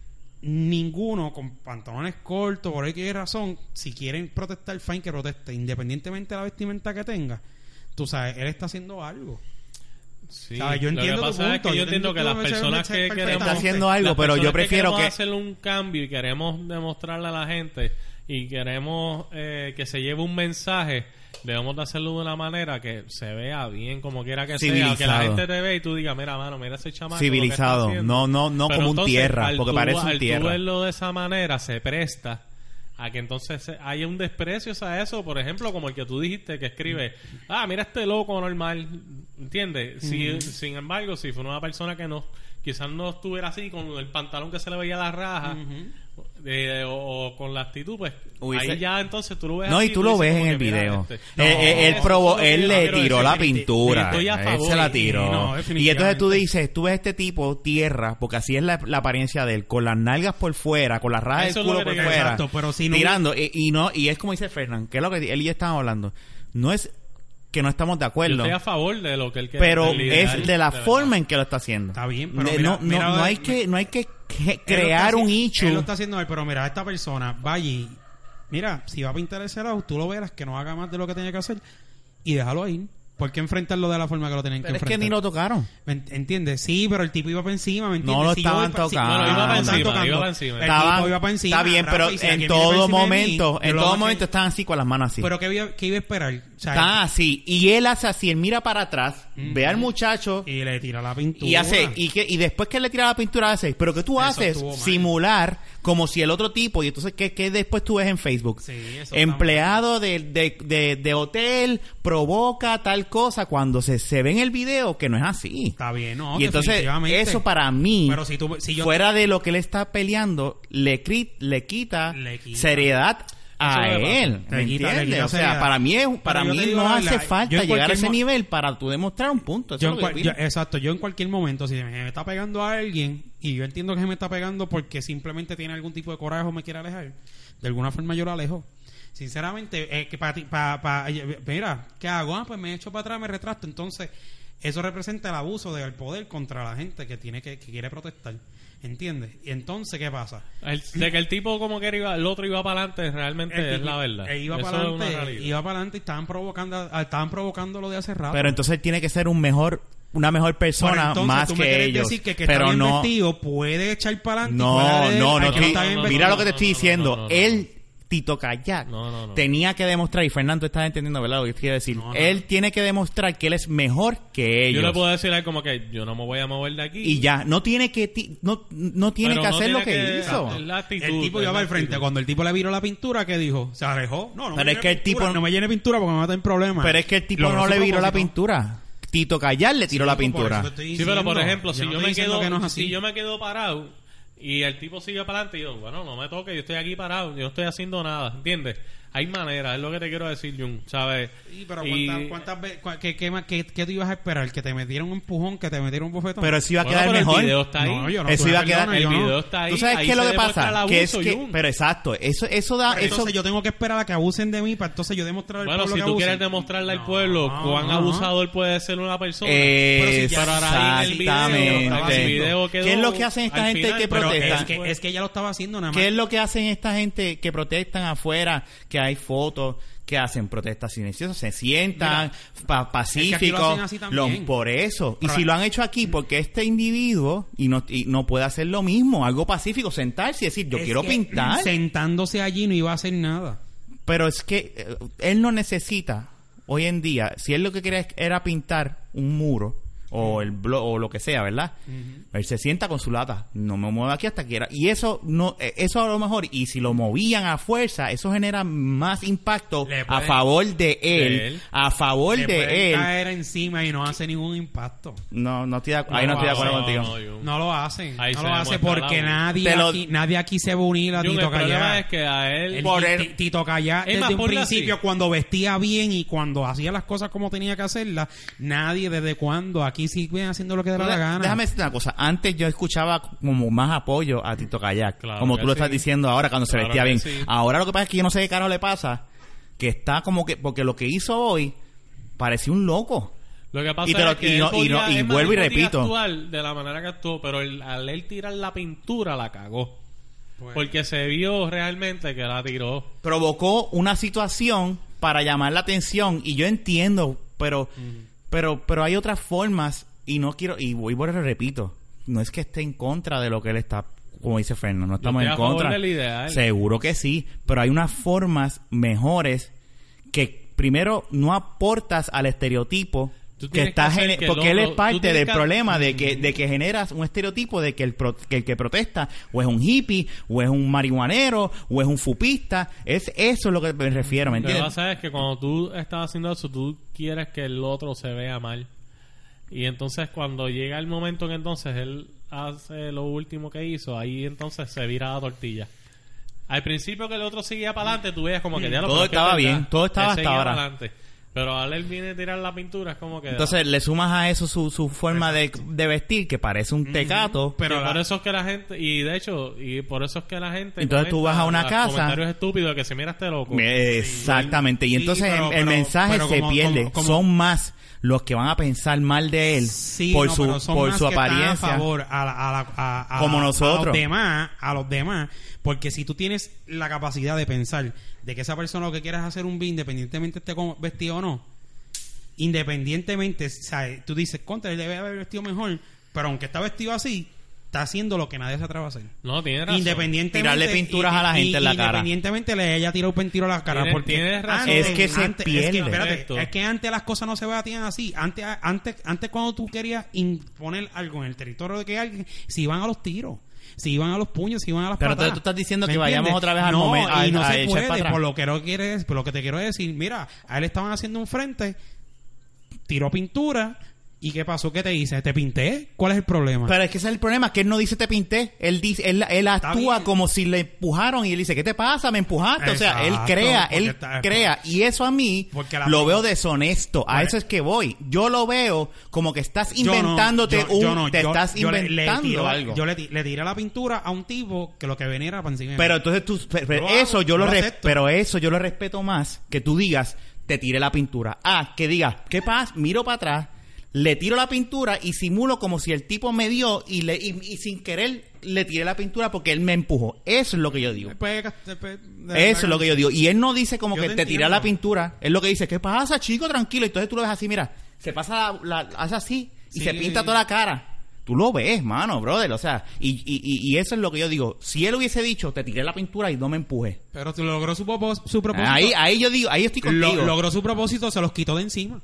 ninguno con pantalones cortos por qué razón si quieren protestar fine que proteste independientemente de la vestimenta que tenga tú sabes él está haciendo algo Sí. ¿Sabes? Yo Lo que entiendo tu pasa es punto, que yo yo entiendo entiendo que tu las mensaje, personas mensaje que perfecto. queremos. Está haciendo algo, las pero yo personas que prefiero queremos que- hacer un cambio y queremos demostrarle a la gente y queremos eh, que se lleve un mensaje. Debemos de hacerlo de una manera que se vea bien, como quiera que sea. Que la Civilizado. gente te ve y tú digas, mira, mano, mira ese chamaco. lo que está Civilizado. haciendo". No, no, no Pero como un entonces, tierra. al Porque tú- parece al un tú tierra. verlo de esa manera se presta a que entonces se- haya un desprecio hacia eso, por ejemplo, como el que tú dijiste que escribe, ah, mira este loco normal, ¿entiendes? Si, Sin embargo, si fuera una persona que no, quizás no estuviera así con el pantalón que se le veía la raja eh, o, o con la actitud, pues Hubiese- ahí ya entonces tú lo ves No, así, y tú lo dices ves como en el que, mira, video. este- Eh, eh, él eso probó, es lo que él yo le quiero tiró decir, la que te- pintura. estoy a Él favor. se la Sí, no, tiró. y definitivamente. entonces tú dices, tú ves este tipo tierra, porque así es la, la apariencia de él, con las nalgas por fuera, con las rajas Eso del es lo culo por que te- fuera. exacto, pero si no- Tirando. Y, y no, y es como dice Fernán, que es lo que él y yo estábamos hablando. No es que no estamos de Yo acuerdo. estoy a favor de lo que él quiere pero del ideal, es de la verdad. forma en que lo está haciendo. Está bien, pero Ne- mira- no, no- mira- no hay que, no hay que que- Él lo está crear un haci- nicho. él lo está haciendo él pero mira esta persona va allí mira si va a pintar ese lado tú lo verás que no haga más de lo que tenía que hacer y déjalo ahí ¿por qué enfrentarlo de la forma que lo tenían Pero que es que enfrentar? ni lo tocaron. ¿Me ent- ¿Entiendes? Sí, pero el tipo iba para encima, ¿me entiendes? No lo Si yo voy estaban pa- si- tocando. no, no, Iba para lo estaban encima, tocando. iba para encima. El Estaban- tipo iba para encima, está bien, Rafa, pero y si alguien en viene para todo encima de mí, momento, yo en lo todo voy a momento hacer. están así con las manos así. ¿Pero qué iba, qué iba a esperar? O sea, están así. Y él hace así, él mira para atrás, ve al muchacho y, Y le tira la pintura. hace, y que, y después que él le tira la pintura hace, pero que tú Eso haces estuvo mal. simular como si el otro tipo, y entonces ¿qué, qué después tú ves en Facebook? Sí, eso Empleado de, de, de, de hotel provoca tal cosa cuando se, se ve en el video que no es así. Está bien, ¿no? y entonces definitivamente. eso para mí Pero si tú- si yo- fuera de lo que él está peleando le, cri- le, quita, Le quita. seriedad a Eso es lo que pasa. él Le ¿me quita- le entiendes? quita o sea seriedad. para mí es- para Pero yo te mí digo no la hace verdad, yo falta en llegar a cualquier ese mo- nivel para tú demostrar un punto eso Yo es en lo cual- que yo- yo opino. exacto, yo en cualquier momento, si me está pegando a alguien y yo entiendo que se me está pegando porque simplemente tiene algún tipo de coraje o me quiere alejar, de alguna forma yo lo alejo. Sinceramente, eh, que para ti, pa- pa- eh, mira, ¿qué hago? Ah, pues me echo para atrás, me retrasto. Entonces, eso representa el abuso del poder contra la gente que tiene que, que quiere protestar. ¿Entiendes? Y entonces, ¿qué pasa? El- de que el tipo como que iba, el otro iba para adelante realmente El es tipo- la verdad. eh, iba Eso para es una adelante, realidad. iba para adelante y estaban provocando, ah, estaban provocando lo de hace rato. pero entonces él tiene que ser un mejor una mejor persona eh, Pero entonces, más tú me que quieres ellos decir que, el que está pero bien no vestido puede echar para adelante. No, no, no. que estoy- no está bien mira lo que te vestido. estoy diciendo. No, no, no, no, no, no. Él Tito Kayak No, no, no. tenía que demostrar, y Fernando estás entendiendo, ¿verdad? Lo que quiero decir. No, no. Él tiene que demostrar que él es mejor que Yo ellos. le puedo decir a él como que yo no me voy a mover de aquí. Y ya, no tiene que, ti- no, no tiene Pero que no hacer lo que, tiene que- hizo. Es la actitud, el tipo es iba la para el frente. actitud. Cuando el tipo le viró la pintura, ¿qué dijo? Se alejó. No, no Pero me es llene que el pintura, tipo- No me llene pintura porque me va a tener problemas. Pero es que el tipo Logró no su le viró la propósito. pintura. Tito Kayak le tiró la pintura. Sí, pero por ejemplo, si yo, me quedo, que no es así. si yo me quedo parado y el tipo sigue para adelante, yo, bueno, no me toque, yo estoy aquí parado, yo no estoy haciendo nada, ¿entiendes? Hay maneras, es lo que te quiero decir, Jun, ¿sabes? Sí, pero Y- ¿cuántas, cuántas veces, cua- qué, qué, más- qué, qué tú ibas a esperar? ¿Que te metieran un empujón? ¿Que te metieran un bofetón? Pero eso iba a Bueno, quedar pero mejor. El video está ahí. No, yo no. Eso tú iba a me quedar. perdonas, yo el no. video está ahí. ¿Tú sabes ahí qué es lo se que demuestra el pasa? abuso, Que es que, Jun. pero exacto, eso, eso da, Pero eso, Entonces yo tengo que esperar a que abusen de mí para entonces yo demostrar al bueno, si pueblo que tú abusen. quieres demostrarle al No, pueblo cuán no. abusador puede ser una persona, si ya- pero ahora ahí en el video, Exactamente. el video quedó ¿Qué es lo que hacen esta al gente final, que pero protesta? Es que, es que ella lo estaba haciendo nada más. ¿Qué es lo que hacen esta gente que protestan afuera? Que hay fotos, que hacen protestas silenciosas, se sientan pa- es que aquí lo pacíficos. hacen así lo- también. por eso. Y Pero- si lo han hecho aquí, porque este individuo y no, y no puede hacer lo mismo, algo pacífico, sentarse y decir, yo Es quiero que pintar. Sentándose allí no iba a hacer nada. Pero es que eh, él no necesita, hoy en día, si él lo que quería es- era pintar un muro o el blo- o lo que sea, ¿verdad? Él se sienta con su lata, no me mueva aquí hasta que era. Y eso no eh, eso a lo mejor y si lo movían a fuerza, eso genera más impacto Le a pueden- favor de él, de él. a favor Le pueden de él. caer encima y no hace ningún impacto. No, no estoy de, acu- ahí no estoy de acuerdo No, contigo. no, Jun. No lo hacen. Ahí no se lo hace demuestra porque la- nadie, Te lo- aquí, nadie aquí se va a unir a Jun, el Tito problema Callá. es que a él... El Por e- Ti- él- Tito Callá Es desde más, un ponle así. principio cuando vestía bien y cuando hacía las cosas como tenía que hacerlas, nadie desde cuando aquí siguen haciendo lo que da la Déjame- gana. Déjame decirte una cosa. Antes yo escuchaba como más apoyo a Tito Kayak. Claro como que tú lo sí. estás diciendo ahora cuando se Claro vestía que bien. sí. Ahora lo que pasa es que yo no sé qué carajo le pasa. Que está como que... Porque lo que hizo hoy parecía un loco. Lo que pasa Y te lo- es que y él no- y no- podía- y es más, vuelvo y él podía repito. actuar de la manera que actuó, pero el- al él tirar la pintura la cagó. Pues- Porque se vio realmente que la tiró. Provocó una situación para llamar la atención. Y yo entiendo, pero... Pero, pero hay otras formas. Y no quiero... Y voy por repito. No es que esté en contra de lo que él está... Como dice Fernando, no estamos estoy en a favor contra. del ideal. Seguro que sí, pero hay unas formas mejores que primero no aportas al estereotipo Tú que tienes está que hacer gene- que el porque él es otro- tú parte tienes del que- problema de que de que generas un estereotipo de que el, pro- que el que protesta o es un hippie o es un marihuanero o es un fupista es eso es lo que me refiero ¿me Lo que entiendes? pasa es que cuando tú estás haciendo eso, tú quieres que el otro se vea mal. Y entonces cuando llega el momento que entonces él hace lo último que hizo, ahí entonces se vira la tortilla. Al principio que el otro seguía para adelante, tú veías como que ya lo Todo pero es que estaba es verdad, bien, todo estaba él hasta seguía ahora. para adelante. Pero ahora él viene a tirar la pintura, es como que... entonces le sumas a eso su, su forma de, de vestir que parece un tecato pero Mm, pero la- por eso es que la gente y de hecho y por eso es que la gente Entonces tú comenta vas a una los casa- comentarios estúpidos que se mira este loco Exactamente. Y Sí, entonces pero- el, el pero- mensaje pero se como- pierde. como- como- son más los que van a pensar mal de él Sí, por no, su pero son por más su que están a apariencia. favor a, la- a la- a- a- Como a nosotros. los demás, a los demás, porque si tú tienes la capacidad de pensar de que esa persona lo que quieras hacer un bien, independientemente esté como- vestido o no, independientemente, ¿sabes? tú dices, contra, él debe haber vestido mejor, pero aunque está vestido así, está haciendo lo que nadie se atreve a hacer. no tiene razón Independientemente Tirarle pinturas a la gente en la cara. Independientemente le haya tirado un tiro a la cara Tienes- porque Ah, tienes razón. Es que se antes- pierde. Es que, espérate, Correcto. es que antes las cosas no se batían así. Antes antes antes cuando tú querías imponer algo en el territorio de que alguien si iban a los tiros si iban a los puños, si iban a las Pero patadas. tú- tú estás diciendo ¿Me que vayamos entiendes? otra vez al no, momen- a- y no a se echar para puede, atrás. por lo que no quieres, por lo que te quiero decir, mira, a él estaban haciendo un frente, tiró pintura y qué pasó, qué te dice, te pinté, ¿cuál es el problema? Pero es que ese es el problema, que él no dice te pinté, él dice, él, él actúa bien. como si le empujaron y él dice, ¿qué te pasa? Me empujaste. o sea, él Exacto, crea, porque él está- crea. Y eso a mí Porque la- lo veo deshonesto, a Bueno. eso es que voy. Yo lo veo como que estás Yo no, inventándote yo- un... yo no, te yo- estás yo le- le inventando tiro- algo. Yo le, ti- le tiré la pintura a un tipo que lo que venía era para encima. de mí. Pero entonces tú, pe- pe- Lo hago, eso yo yo lo, lo res- acepto. pero eso yo lo respeto más que tú digas te tiré la pintura. Ah, que digas qué pasa, miro para atrás, le tiro la pintura y simulo como si el tipo me dio y le y, y sin querer le tiré la pintura porque él me empujó. Eso es lo que yo digo. Después- después- Eso es lo que yo digo. Y él no dice como Yo que te te tiré entiendo. la pintura. Es lo que dice, ¿qué pasa, chico? Tranquilo. Entonces tú lo ves así, mira, se pasa, la, la- hace así y Sí. se pinta toda la cara. Tú lo ves, mano, brother. O sea, y, y, y y eso es lo que yo digo. Si él hubiese dicho, te tiré la pintura y no me empujé. Pero tú logró su, popo- su propósito. Ahí, ahí yo digo, ahí estoy Lo- contigo. logró su propósito, se los quitó de encima.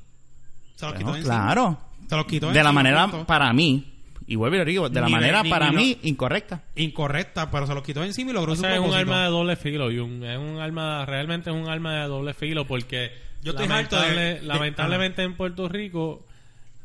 Se los Bueno, quitó de encima. claro. Se los quitó de De la encima, manera, punto. para mí, y vuelvo y lo digo, de la Ni- manera ni- para ni- mí incorrecta. Incorrecta, pero se los quitó de encima y logró O su sea, es un propósito. arma de doble filo y un, es un arma realmente es un arma de doble filo porque Yo estoy harto de- de- lamentablemente en Puerto Rico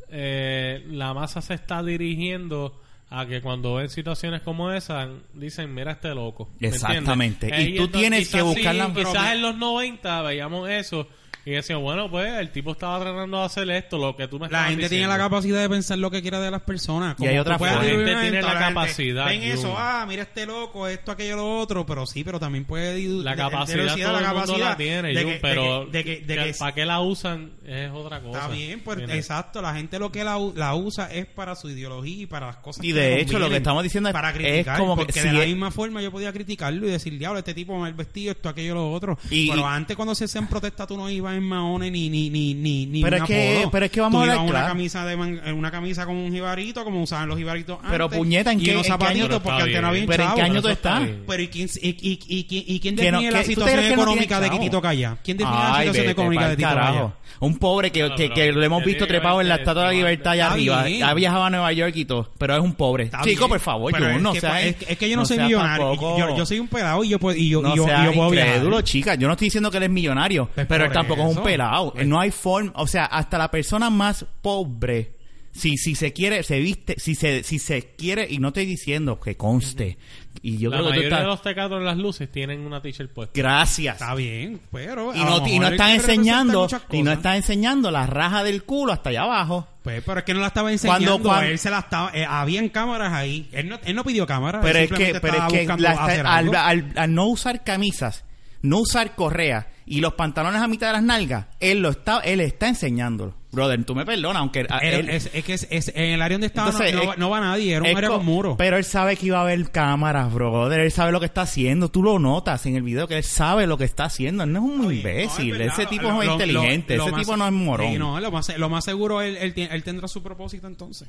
eh, la masa se está dirigiendo a que cuando ven situaciones como esas dicen mira este loco ¿me entiendes? Exactamente. Y tú entonces, tienes que quizás buscar la- quizás en los 90 veíamos eso y decían bueno pues el tipo estaba tratando de hacer esto lo que tú me La estabas gente tiene la diciendo. capacidad de pensar lo que quiera de las personas. Y hay Como otra tú puedes forma. vivir La gente un tiene evento, la gente, capacidad, Ven y eso, un- ah, mira este loco, esto, aquello, lo otro. Pero sí, pero también puede... ir- la de- capacidad de- de- todo la el mundo capacidad la tiene de Jun, que- pero de que- de que- de que- para qué la usan es otra cosa Está bien, pues ¿entiendes? exacto. La gente lo que la, u- la usa es para su ideología y para las cosas Y que de le hecho, lo convienen, que estamos diciendo es- para es criticar, como que porque si de la es- misma forma yo podía criticarlo y decir, diablo, este tipo mal vestido, esto, aquello, lo otro. Y- pero antes cuando se hacían protestas tú no ibas en maones ni ni ni ni ni Pero un es que- apodo. pero es que vamos Tú a ibas hablar una claro. camisa de man- eh, una camisa con un jibarito como usaban los jibaritos antes. Pero, puñeta, ¿en y qué- en unos qué año- zapatitos Pero está porque antes no había bien. Pero ¿en qué chavo. año pero tú eso está estás? bien. Pero ¿y quién, y, y, y, quién- y quién Que no- define la que- ¿tú te situación crees que no tiene económica de chavo? Quitito Calla? ¿Quién define la Ay, situación vete económica pa'l de Tito carajo. Calla? Un pobre que, No, que, pero que lo hemos tiene visto que trepado en la verse estatua de la desigual. libertad allá Está arriba. bien. Ya viajaba a Nueva York y todo, pero es un pobre. Está Chico, bien, por favor, pero yo es no que, sea. pues, es, que- es que yo no, soy sea millonario. tampoco- Yo, yo soy un pelado y yo puedo, y yo, no y yo, y sea yo puedo viajar. incrédulo, chica. Yo no estoy diciendo que él es millonario, Pues pero él por tampoco es un eso. Pues pelado. No hay forma, o sea, hasta la persona más pobre, si si se quiere, se viste, si se si se quiere y no estoy diciendo que conste. Y yo la creo que tú mayoría estás de los tecatos en las luces tienen una t-shirt puesta. gracias. Está bien, pero. Y Pues, a lo no, y mejor no él están representa enseñando muchas y no cosas. están enseñando la raja del culo hasta allá abajo. Pues, pero es que no la estaba enseñando. Cuando- cuando- él se la estaba. eh, habían cámaras ahí. Él no, él no pidió cámaras. Pero él es que, simplemente pero es estaba que buscando la está- hacer al, algo. al- al no usar camisas, no usar correas y los pantalones a mitad de las nalgas, él lo está, él está enseñándolo. Brother, tú me perdonas, aunque a- Era- él- es, es que es, es- en el área donde estaba Entonces, no, no es- va- no va nadie. Era un es área co- con muro. Pero él sabe que iba a haber cámaras, brother. Él sabe lo que está haciendo. Tú lo notas en el video que él sabe lo que está haciendo. Él no es un Oye, imbécil. no, es verdad, ese lo- tipo lo- es lo- inteligente. lo ese más- tipo no es morón. Sí, no, lo más, lo más seguro él, él, tiene- él tendrá su propósito entonces.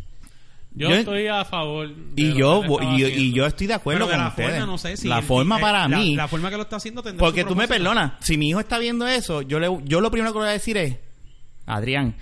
Yo, Yo- estoy a favor. de y lo yo, que él vo- estaba y, yo- y haciendo. yo estoy de acuerdo Pero de con la ustedes. forma, no sé si. la él- forma eh, para la- mí. La, forma que lo está haciendo tendrá Porque su tú me propósito. perdonas, si mi hijo está viendo eso, yo le, yo lo primero que le voy a decir es, Adrián,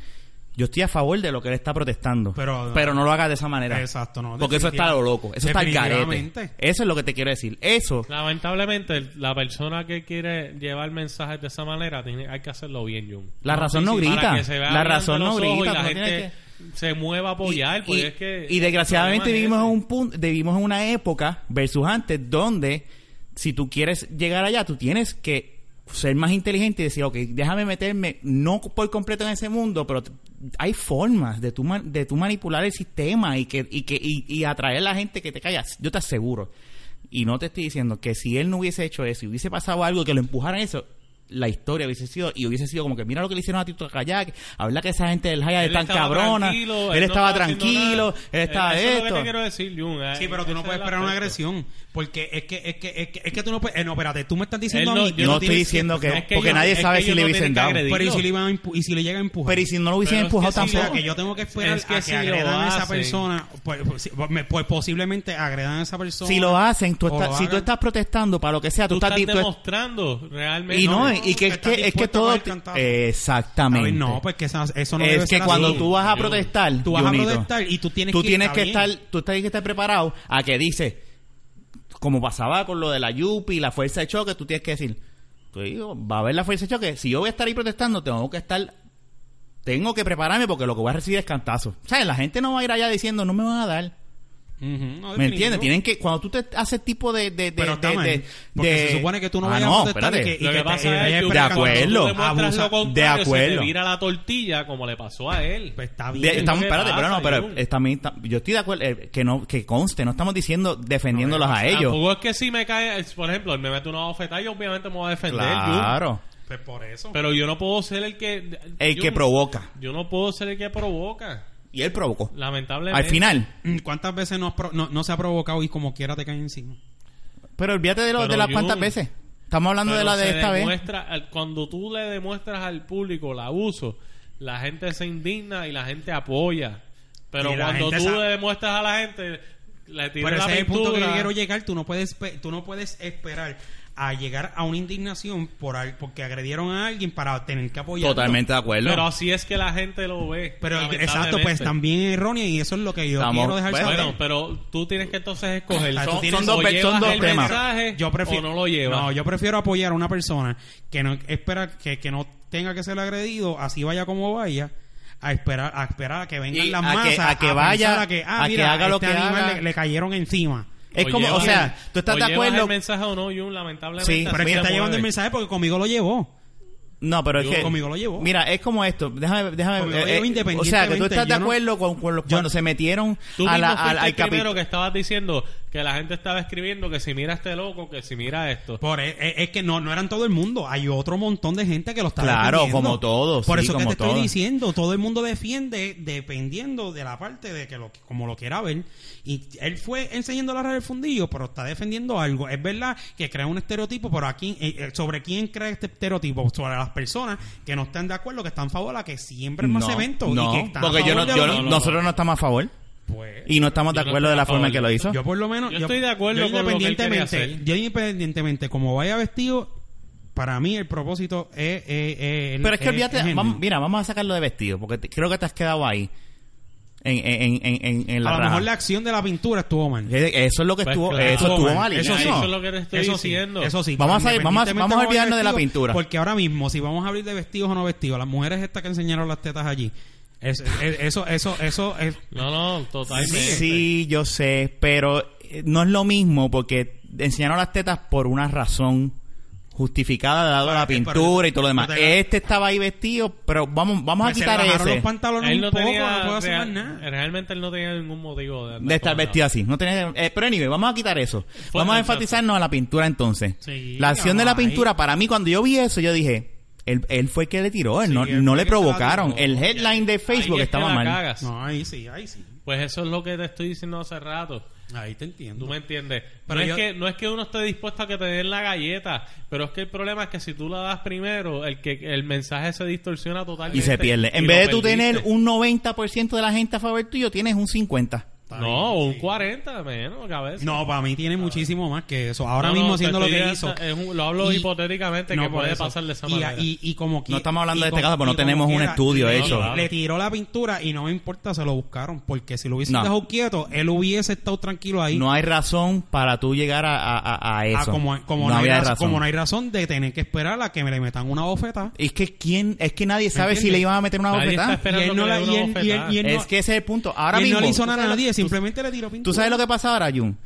yo estoy a favor de lo que él está protestando, Pero- no lo hagas de esa manera. Exacto, no, Porque eso está a lo definitiva- loco, eso está al garete. definitivamente. Eso es lo que te quiero decir. Eso, Lamentablemente, la persona que quiere llevar mensajes de esa manera, tiene, hay que hacerlo bien, Jun. La razón no Para grita. que se vea La bien razón no de los ojos grita, Y la tú no gente tienes se mueva a apoyar. y, porque y- es que y desgraciadamente el vivimos problema en es un punto, vivimos en una época versus antes donde si tú quieres llegar allá, tú tienes que ser más inteligente y decir, ok, déjame meterme no por completo en ese mundo, pero t- hay formas de tú, ma- de tú manipular el sistema y que y que y, y atraer a la gente que te callas. Yo te aseguro. Y no te estoy diciendo que si él no hubiese hecho eso y hubiese pasado algo que lo empujara a eso, la historia hubiese sido y hubiese sido como que mira lo que le hicieron a Tito Kayak, habla que esa gente del Jaya Él es tan estaba cabrona, él, tranquilo, no estaba haciendo tranquilo, nada. él estaba Eso es lo que esto. te quiero decir, Jun. eh. Sí, pero tú no Ese puedes es el esperar una aspecto. agresión. Porque es que, es que, es que, es que tú no puedes. eh, no, espérate, tú me estás diciendo Él no- a mí. yo no no estoy tiene- diciendo que, es que porque yo- nadie es sabe que si yo le no hubiesen tienen que dado. agredir. Pero ¿y si le, iban a empu- y si le llega a empujar? Pero y si no lo hubiesen Pero es que empujado si O tampoco. sea, que yo tengo que esperar Es que a que si lo agredan a esa hacen. persona. Pues, pues, me- pues posiblemente agredan a esa persona. si lo hacen, tú o estás- lo si tú hagan. estás protestando para lo que sea, tú, Tú estás, estás di- tú es- demostrando realmente. y no, no, y que es estás que es que dispuesto a todo coger cantazo. A exactamente. ver, no, pues que esa- eso no debe es que ser así. cuando tú vas a Yo- protestar, Tú vas a Dionito, protestar y tú tienes tú que tienes está que bien. estar, tú tienes que estar preparado a que dices, como pasaba con lo de la Yupi, la fuerza de choque, tú tienes que decir, te digo, va a haber la fuerza de choque. Si yo voy a estar ahí protestando, tengo que estar, tengo que prepararme porque lo que voy a recibir es cantazo. O sea, la gente no va a ir allá diciendo, no me van a dar. Ujú, no, ¿Me definitivo. entiendes? Tienen que, cuando tú te haces tipo de, de, de, Pero está de- mal, de- porque de- se supone que tú no Ah, vayas a protestar y espérate. que- lo que te- pasa y es vayas que De cuando acuerdo. tú demuestras Abusa- lo contrario, de se te acuerdo. vira la tortilla como le pasó a él. Pues está bien. De- Bien, estamos, ¿qué espérate, pasa, pero no, pero Jun? eh, también tam- yo estoy de acuerdo eh, que no que conste, no estamos diciendo defendiéndolos a ellos. Tampoco es que si me cae, es- por ejemplo, él me mete una bofetada y obviamente me voy a defender. Jun. Claro, Pues por eso. Pero yo no puedo ser el que... el Jun, que provoca Yo no puedo ser el que provoca. y él provocó. Lamentablemente. Al final, Mm, ¿Cuántas veces no, has pro- no, no se ha provocado y como quiera te caen encima? pero olvídate de, lo- Pero de las Jun, cuantas veces. Estamos hablando Pero de la de se esta vez. demuestra, al- Cuando tú le demuestras al público el abuso, la gente se indigna y la gente apoya. Pero Y la cuando tú gente sabe- le demuestras a la gente, le tiras Pero la ese es el punto que yo pintura. quiero llegar. Tú no puedes, espe- tú no puedes esperar a llegar a una indignación por al- porque agredieron a alguien para tener que apoyar. Totalmente de acuerdo. Pero así es que la gente lo ve. Pero exacto, lamentablemente. pues también es erróneo y eso es lo que yo Estamos- quiero dejar bueno, saber. Bueno, pero tú tienes que entonces escoger. Ah, tú Son- tienes- son dos- o son llevas dos el temas. mensaje yo prefiero, o no lo llevas. No, yo prefiero apoyar a una persona que no espera que, que no tenga que ser agredido, así vaya como vaya, a esperar a esperar a que vengan Y las a que- masas, a que pensar vaya, a que, ah, a que mira, haga lo este que animal haga. Le, le cayeron encima. es como, o llevas- sea, tú estás o de llevas acuerdo. el mensaje o no, Jun, lamentablemente. Sí, así Pero es que se está llevando mueve. el mensaje porque conmigo lo llevó. No, pero es Yo- que. conmigo lo llevó. Mira, es como esto. Déjame. déjame eh, Conmigo lo o llevó sea, que tú independientemente, estás de yo no- acuerdo con, con los- yo- cuando se metieron Tú a la, mismo al- fuiste al el primero capítulo. que estabas diciendo que la gente estaba escribiendo que si mira a este loco, que si mira a esto. Pues Por, es, es- es que no, no eran todo el mundo. Hay otro montón de gente que lo está Claro, defendiendo. como todos, Por sí, eso como que te todos. estoy diciendo, todo el mundo defiende dependiendo de la parte de que lo, como lo quiera ver. Y él fue enseñando la red del fundillo, pero está defendiendo algo. Es verdad que crea un estereotipo, pero aquí, eh, eh, ¿sobre quién crea este estereotipo? Sobre las personas que no están de acuerdo, que están a favor a que siempre es más evento. no, y que están a porque yo no, favor de yo lo no- mismo. nosotros no estamos a favor Pues- y no estamos de Yo no acuerdo estoy de a la forma en que favor. lo hizo. Yo por lo menos... Yo estoy de acuerdo yo con lo que él quería hacer. Yo independientemente, como vaya vestido, para mí el propósito es... es- es- es- Pero es que olvídate, es- es vamos- genuino. mira, vamos a sacarlo de vestido, porque te- creo que te has quedado ahí. En, en, en, en, en la a lo raja. mejor la acción de la pintura estuvo mal. Eso es lo que Pues estuvo, claro. eso estuvo Eso mal. sí, eso es lo que te estoy eso diciendo. Sí, eso sí. Vamos a pero salir- vamos a- independientemente vamos a cómo vaya olvidarnos de la vestido, pintura. Porque ahora mismo, si vamos a hablar de vestidos o no vestidos, las mujeres estas que enseñaron las tetas allí, es- es- eso, eso, eso, es- No, no, totalmente. Sí, yo sé, pero eh, no es lo mismo porque enseñaron las tetas por una razón justificada dado a la Para que- para pintura que- y todo lo demás. para que- Este estaba ahí vestido, pero vamos vamos a Pues se quitar le bajaron ese los pantalones Él un no poco, tenía, no puedo hacer más real- nada. Realmente él no tenía ningún motivo de, andar de estar con nada. vestido así. No tenía, eh, pero anyway, vamos a quitar eso. Fue vamos a exacto. enfatizarnos a la pintura entonces. Sí, la acción de la vamos ahí. pintura, para mí cuando yo vi eso, yo dije, él, él fue el que le tiró, él Sí, no, él no fue le el que se la provocaron. tiró. El headline de Facebook Ahí es estaba que la mal. cagas. No, ahí sí, ahí sí. Pues eso es lo que te estoy diciendo hace rato. Ahí te entiendo. Tú me entiendes. Pero no, yo- es que, no es que uno esté dispuesto a que te den la galleta, pero es que el problema es que si tú la das primero, el que el mensaje se distorsiona totalmente. Y se pierde. En y vez lo de tú perdiste. tener un 90% de la gente a favor tuyo, tienes un 50%. Está No, bien, un sí. 40 menos, cabeza. No, para mí tiene muchísimo más que eso. Ahora No, no, mismo te haciendo lo estoy que diciendo, hizo. es un- lo hablo Y- hipotéticamente No, que por puede eso. pasar de esa Y- manera. Y, y como que- No estamos hablando de y este como- caso, porque no y como tenemos un quiera, estudio le- hecho. Le tiró la pintura y no me importa, se lo buscaron. Porque si lo hubiesen No. dejado quieto, él hubiese estado tranquilo ahí. No hay razón para tú llegar a, a- a- a Ah, eso. como, como no, no hay había razón, razón. como no hay razón de tener que esperar a que me le metan una bofeta. Es que quién, es que nadie sabe si entiendes? le iban a meter una Nadie está bofetada. esperando Y él que no le la- dé y una él- y él- bofetada. y él no- Es que ese es el punto. Ahora y él mismo. no le hizo ¿tú nada a sabes lo- nadie, simplemente le tiró pintura. ¿Tú sabes lo que pasa ahora, Jun?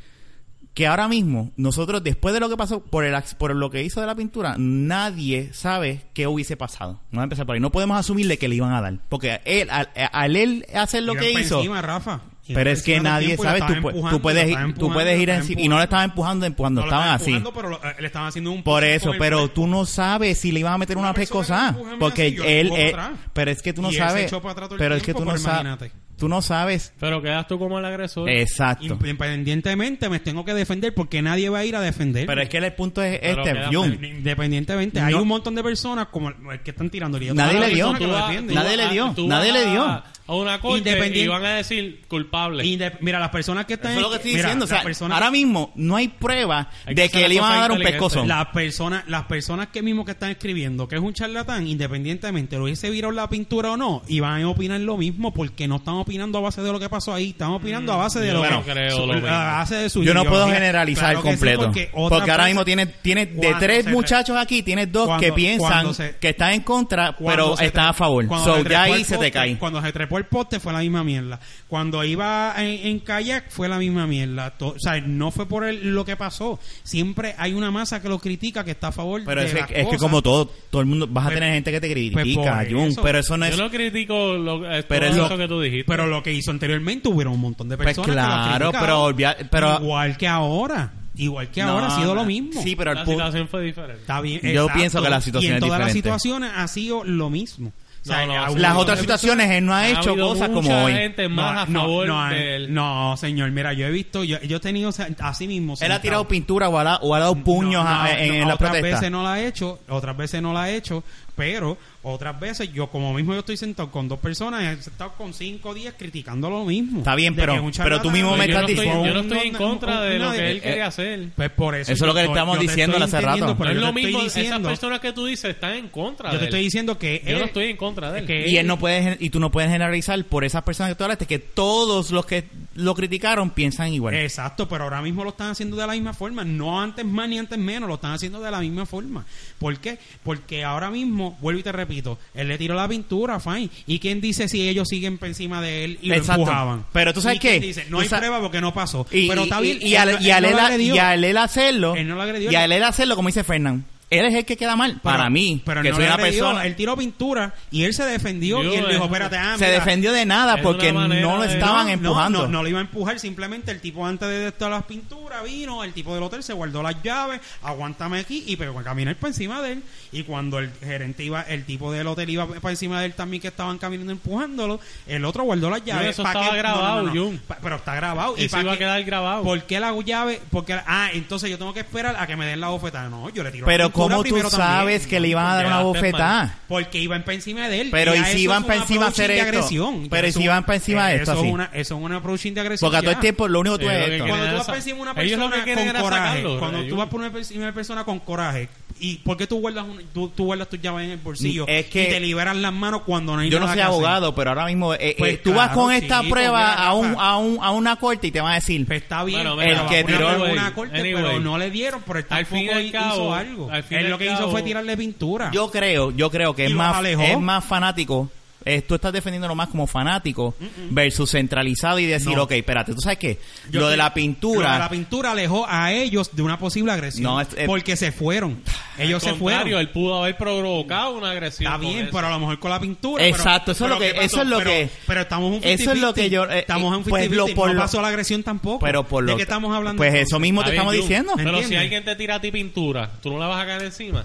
Que ahora mismo, nosotros, después de lo que pasó, por, el, ac- por lo que hizo de la pintura, nadie sabe qué hubiese pasado. Vamos a empezar por ahí. No podemos asumirle que le iban a dar. Porque él, al, al él hacer lo Iba que pa' hizo. encima, Rafa. Iba Pero pa' es que encima del nadie tiempo y lo sabe, tú, estaba pu- tú empujando, puedes, lo ir- estaba tú empujando, puedes lo ir estaba encima. Y no le estaban empujando cuando empujando. No lo estaban estaba así. empujando, pero lo- le estaban haciendo un Por push eso, con el pero cuerpo. tú no sabes si le iban a meter Una una persona pescosa. que empuja a mí porque así, yo la él, empujo él- para atrás. pero es que tú no Y él se sabes, echó para atrás todo el pero es que tiempo, tú no pues, sabes, imagínate. tú no sabes, Pero quedas tú como el agresor. Eh, exacto. Independientemente me tengo que defender porque nadie va a ir a defender. Pero es que el punto es Pero este, queda Jun. Independientemente, hay un montón de personas como el que están tirando el Nadie le dio. Tú vas- tú Nadie vas- le dio, tú nadie vas le dio. A a una corte Independiente- y van a decir culpable. mira, las personas que están Eso es lo que estoy mira, diciendo. O las sea, personas- ahora mismo no hay prueba Hay que de hacer que las le iban a cosas dar un inteligentes. pescozón. Las personas, las personas que mismo que están escribiendo que es un charlatán, independientemente lo hubiese virado la pintura o no, y van a opinar lo mismo porque no están opinando a base de lo que pasó ahí, están opinando a base de Mm, yo lo no que creo su- lo mismo. a base de su Yo no puedo ideología. generalizar Claro que sí, completo. porque otra ahora cosa- mismo tienes, tienes de cuando tres se re- muchachos aquí, tienes dos que cuando- piensan cuando se- que están en contra, Cuando pero se están tre- a favor. cuando So, trepó ya ahí el se te poste- cae. Cuando se trepó el poste fue la misma mierda. Cuando iba en, en kayak fue la misma mierda. To- o sea, no fue por el- lo que pasó. Siempre hay una masa que lo critica, que está a favor Pero de es, que- las es que cosas. como todo, todo el mundo, vas a Pues- tener gente que te critica, pues por Jun, eso. pero eso no es... Yo no critico lo, eh, Pero todo lo- eso que tú dijiste. Pero lo que hizo anteriormente hubieron un montón de Pues personas claro, que lo pero criticaban. olvida- pero- Igual que ahora. Igual que ahora No, ha sido no. lo mismo. Sí, pero el la punto... situación fue diferente. Está bien, Yo pienso que la situación y en es todas las diferente. situaciones ha sido lo mismo. O sea, No, no, aún- sí, Las no, otras no. situaciones él no ha, hecho habido cosas mucha como hoy. gente más a favor no, eh, del- no, señor, mira, yo he visto, yo, yo he tenido o sea, así mismo. Él ha sentado. tirado pintura o ha, da- o ha dado puños No, a- no, en, no, en la otras protesta. veces no la he hecho, otras veces no la he hecho, pero otras veces yo como mismo yo estoy sentado con dos personas, he sentado con cinco días criticando lo mismo. Está bien, De pero- que un pero tú charlatán- mismo me Yo no estás estoy, diciendo- yo no estoy en una- contra de una- lo que él eh, quiere hacer. Pues por eso. Eso es lo que yo le estoy- estamos yo te diciendo estoy hace rato. entendiendo, No pero es yo lo te estoy mismo, esas diciendo- personas que tú dices están en contra Yo de te él. estoy diciendo que Yo él- no estoy en contra de él. que- Y él no puede, y tú no puedes generalizar por esas personas que tú hablaste que todos los que lo criticaron piensan igual. Exacto, pero ahora mismo lo están haciendo de la misma forma, no antes más ni antes menos, lo están haciendo de la misma forma. ¿Por qué? Porque ahora mismo, vuelvo y te repito, él le tiró la pintura, fine. ¿Y quién dice si ellos siguen por encima de él y lo Exacto. empujaban? Pero tú sabes ¿Y quién qué? dice? No Tú hay sa- prueba porque no pasó. Y, pero y- está bien, y, y al, él no- y al él no él la a- agredió. y al él hacerlo, Él no la agredió. y al él hacerlo, como dice Fernán, él es el que queda mal para Pero- mí, pero que no soy le una agredió, persona. Él tiró pintura y él se defendió Yo, y él dijo, eh, espérate, ah, se mira, defendió de nada es porque una manera no lo de- estaban no, empujando. No, no, no lo iba a empujar, simplemente el tipo antes de todas las pinturas vino, el tipo del hotel se guardó las llaves, aguántame aquí y pero caminar por encima de él. Y cuando el gerente iba, el tipo del hotel iba por encima de él también que estaban caminando empujándolo, el otro guardó las llaves. eso ¿pa' estaba qué? grabado, Jun. Pa- pero está grabado. Eso pa' iba a qué? quedar grabado. ¿Por qué la llave? Porque ah, entonces yo tengo que esperar a que me den la bofetada. No, yo le tiro. la Pero pintura cómo tú primero sabes también. que le iban a dar una Quedaste mal. bofetada. Porque iban para encima de él. Pero, Ya ¿y si eso iban es pa' un encima a hacer approaching de esto? agresión. Ya Pero, ¿y eso si es- iban pa' encima de esto Eso así? es una, eso es un approaching de agresión. Porque a todo este el ya. tiempo lo único que tú Sí, ves lo es que esto. Cuando tú vas Esa- por encima de una ellos lo persona que quieren con era coraje, sacarlo, cuando Rayo. tú vas por una encima de una persona con coraje, ¿y por qué tú guardas, un- tú, tú guardas tus llaves en el bolsillo Es que- y te liberas las manos cuando no hay Yo no nada soy que hacer? abogado, pero ahora mismo eh, Pues eh, tú vas claro, con esta chico, prueba mira, a, un, Rafa. a, un, a una corte y te van a decir, Pues está bien, Bueno, mira, El que una- tiró- una corte, pero anyway. no le dieron, pero él Al tampoco fin y al hizo cabo, algo. al fin y él al lo que hizo cabo- fue tirarle pintura. Yo creo, yo creo que Ah. Y es los más, alejó. es más fanático. Eh, tú estás defendiéndolo más como fanático versus centralizado y decir, Mm, No. ok, espérate, ¿tú sabes qué? lo Yo creo- de la Lo pintura... de la pintura alejó a ellos de una posible agresión. No, es- es- porque se fueron. Ellos se contrario, fueron. él pudo haber provocado una agresión. Está con bien, eso. pero a lo mejor con la pintura. pero- Exacto, eso es lo pero que- ¿qué eso pasó? es lo Pero- que- Pero estamos un eso es lo que yo, 50-50. eh, estamos en pues, lo- por no lo- pasó la agresión tampoco. pero por ¿De lo qué estamos hablando? Pues entonces? eso mismo Está te bien, estamos Jun, diciendo. Pero si ¿Entiendes? alguien te tira a ti pintura, tú no la vas a caer encima.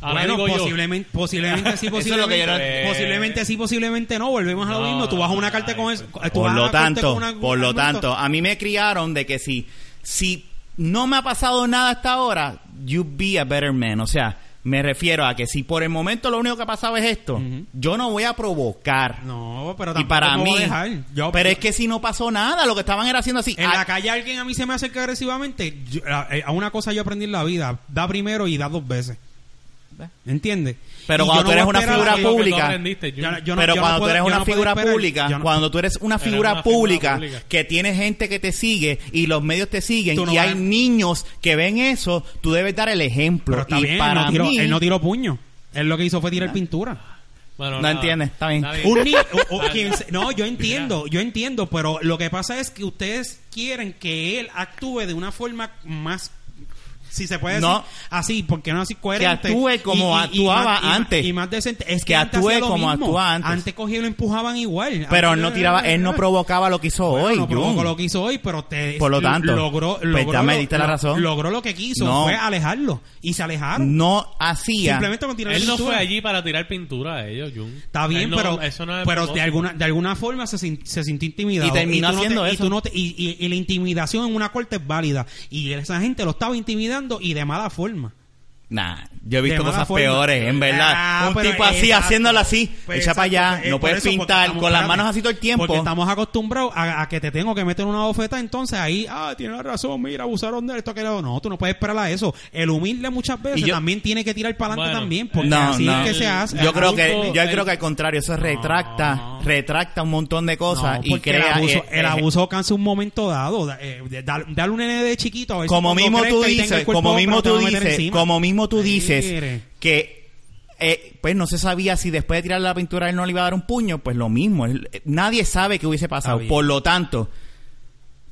Ahora Bueno, digo yo, posiblemente, posiblemente <laughs> sí, Eso es lo que yo no- posiblemente, posiblemente sí, posiblemente no. Volvemos a lo No, mismo. Tú vas a una carta ay, con pues, eso. tú vas Por a lo la corte tanto, con una- por lo argumento. tanto, a mí me criaron de que si, si no me ha pasado nada hasta ahora, you be a better man. O sea, me refiero a que si por el momento lo único que ha pasado es esto, Ujú. yo no voy a provocar. No, pero y tampoco para me voy mí, a dejar. Yo- pero es que si no pasó nada, lo que estaban era haciendo así. En ah, la calle alguien a mí se me acerca agresivamente. yo- a, a una cosa yo aprendí en la vida: da primero y da dos veces. ¿Entiendes? Pero Y cuando yo tú eres voy a una esperar a figura eso es lo que tú pública. aprendiste, Jun. Yo no- yo no- pero yo no cuando tú puedo- eres yo una no puedo figura esperar. pública, Yo no- cuando tú eres una Pero figura una figura pública pública. que tiene gente que te sigue y los medios te siguen Tú no y vas hay a- niños que ven eso, tú debes dar el ejemplo. Pero está y bien, él para no tiró, mí, él no tiró puño. Él lo que hizo fue tirar pintura. Bueno, No nada. entiendes, está bien. <laughs> Un ni- o- o quien se- no, yo entiendo, yo entiendo, pero lo que pasa es que ustedes quieren que él actúe de una forma más si se puede decir No. así, porque no así coherente. actúe como actuaba más- antes. Y más decente. Es que, Que antes actúe hacía lo como mismo. actuaba antes. Antes cogía y lo empujaban igual. pero él Antes- no tiraba, él no provocaba lo que hizo <laughs> Bueno, hoy. no provocó Jun. lo que hizo hoy, pero te Por lo tanto, logró, pues logró ya me lo- diste la lo- razón. Logró lo que quiso, No. fue alejarlo y se alejaron. no hacía. Simplemente con tirar Él no pintura. fue allí para tirar pintura a ellos, Jun. Está Él bien, no- pero, eso no es pero de propósito. alguna de alguna forma se, sin- se sintió intimidado. Y terminó tú no haciendo te- y eso. tú no te- Y, y- y la intimidación en una corte es válida. Y esa gente lo estaba intimidando y de mala forma. Nah, yo he De visto mala cosas forma. peores, en verdad. Ah, un pero tipo así, exacto. haciéndolo así, Pues echa para exacto, allá, no pues, por puedes eso, porque pintar estamos- con las espérate, manos así todo el tiempo. Porque estamos acostumbrados a, a que te tengo que meter una bofeta, entonces ahí, ah, tienes razón, mira, abusaron de esto, que lo- No, tú no puedes esperar a eso. El humilde muchas veces Y yo- también tiene que tirar para adelante Bueno, también, porque No, así no. es que se hace. Yo creo que adulto, yo el- creo que al contrario, eso retracta, retracta un montón de cosas No, y porque crea el abuso, eh, el eh, abuso cansa un momento dado da- eh, de- da- dale un nene de chiquito a ver si como cuando mismo tú crezca y tenga el dices, cuerpo como mismo ópera, tú te va a meter dices, encima. como mismo tú Mire. dices que eh, pues no se sabía si después de tirar la pintura él no le iba a dar un puño, pues lo mismo, él- eh, nadie sabe qué hubiese pasado, bien. por lo tanto,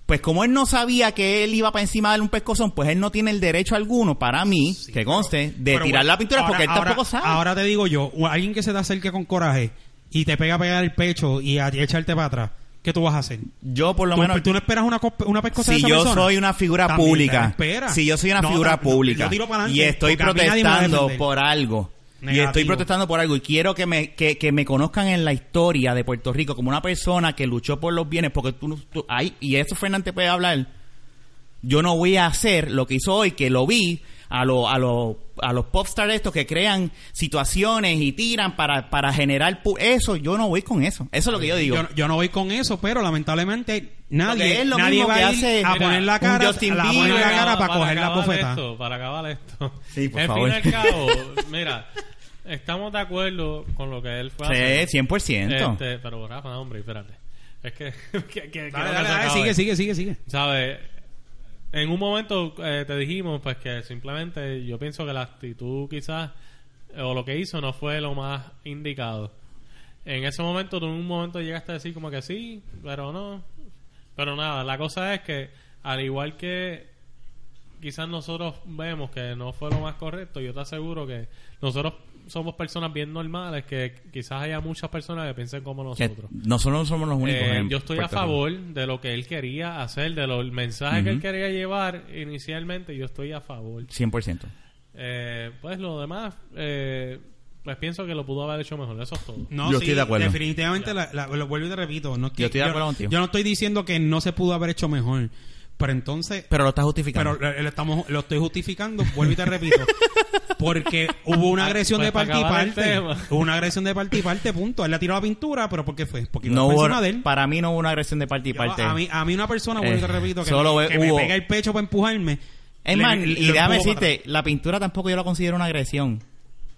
pues como él no sabía que él iba para encima de darle un pescozón, pues él no tiene el derecho alguno para mí, que conste, este, de Pero tirar bueno, la pintura ahora- porque él ahora- tampoco sabe. ahora te digo yo o alguien que se te acerque con coraje y te pega a pegar el pecho y a, y echarte para atrás ¿qué tú vas a hacer? yo por lo ¿Tú, menos tú no esperas una, cospe- una pescosa de si esa yo persona? soy una figura También te la pública, espera. si yo soy una No, figura no, no, pública yo tiro para y adelante estoy porque a mí nadie me va a protestando defender. por algo Negativo. Y estoy protestando por algo y quiero que me, que, que me conozcan en la historia de Puerto Rico como una persona que luchó por los bienes, porque tú, no- tú ay, y eso Fernández puede hablar. Yo no voy a hacer lo que hizo hoy, que lo vi a, lo, a, lo- a los popstars estos que crean situaciones y tiran para, para generar pu- eso. Yo no voy con eso. Eso es lo que yo digo. Yo, yo no voy con eso, pero lamentablemente nadie, Porque es lo nadie mismo va que a ir hace, a mira, poner la un cara, Justin la- a poner Bieber. la cara para, acabar- coger la acabar bofetada. esto, para acabar esto. Sí, por al favor. fin y al cabo, mira, estamos de acuerdo con lo que él fue a hacer. Sí, 100%. Este, pero Rafa, hombre, espérate. Es que... <laughs> que, que- que Dale, dale, dale, sigue, sigue, sigue, sigue. ¿Sabes? En un momento eh, te dijimos pues que simplemente yo pienso que la actitud quizás eh, o lo que hizo no fue lo más indicado. En ese momento tú en un momento llegaste a decir como que sí, pero no. Pero nada, la cosa es que al igual que quizás nosotros vemos que no fue lo más correcto, yo te aseguro que nosotros somos personas bien normales que quizás haya muchas personas que piensen como Que nosotros. nosotros no somos los únicos. Eh, en yo estoy a Puerto Rico. favor de lo que él quería hacer, de lo, el mensaje que él Ujú. quería llevar inicialmente, yo estoy a favor. 100%. Eh, pues lo demás, eh, pues pienso que lo pudo haber hecho mejor, eso es todo. No, Yo sí, estoy de acuerdo. Definitivamente, la- la- lo vuelvo y te repito. No estoy, Yo estoy de acuerdo contigo. yo no estoy diciendo que no se pudo haber hecho mejor. Pero entonces, Pero lo estás justificando. pero lo, lo estamos, lo estoy justificando, vuelvo y <laughs> te repito. Porque hubo Ah, una agresión pues, de parte y para acabar el parte. tema. Hubo una agresión de parte y parte, punto. Él le tiró la pintura, pero ¿por qué fue? Porque iba no eh, por hubo- encima de él. para mí no hubo una agresión de parte y Yo, parte. A mí, a mí una persona, vuelvo y te Eh, repito, que, solo me, ve- que me hubo- pega el pecho para empujarme. Es le- más, le- y lo déjame empujo para decirte, la pintura tampoco yo la considero una agresión.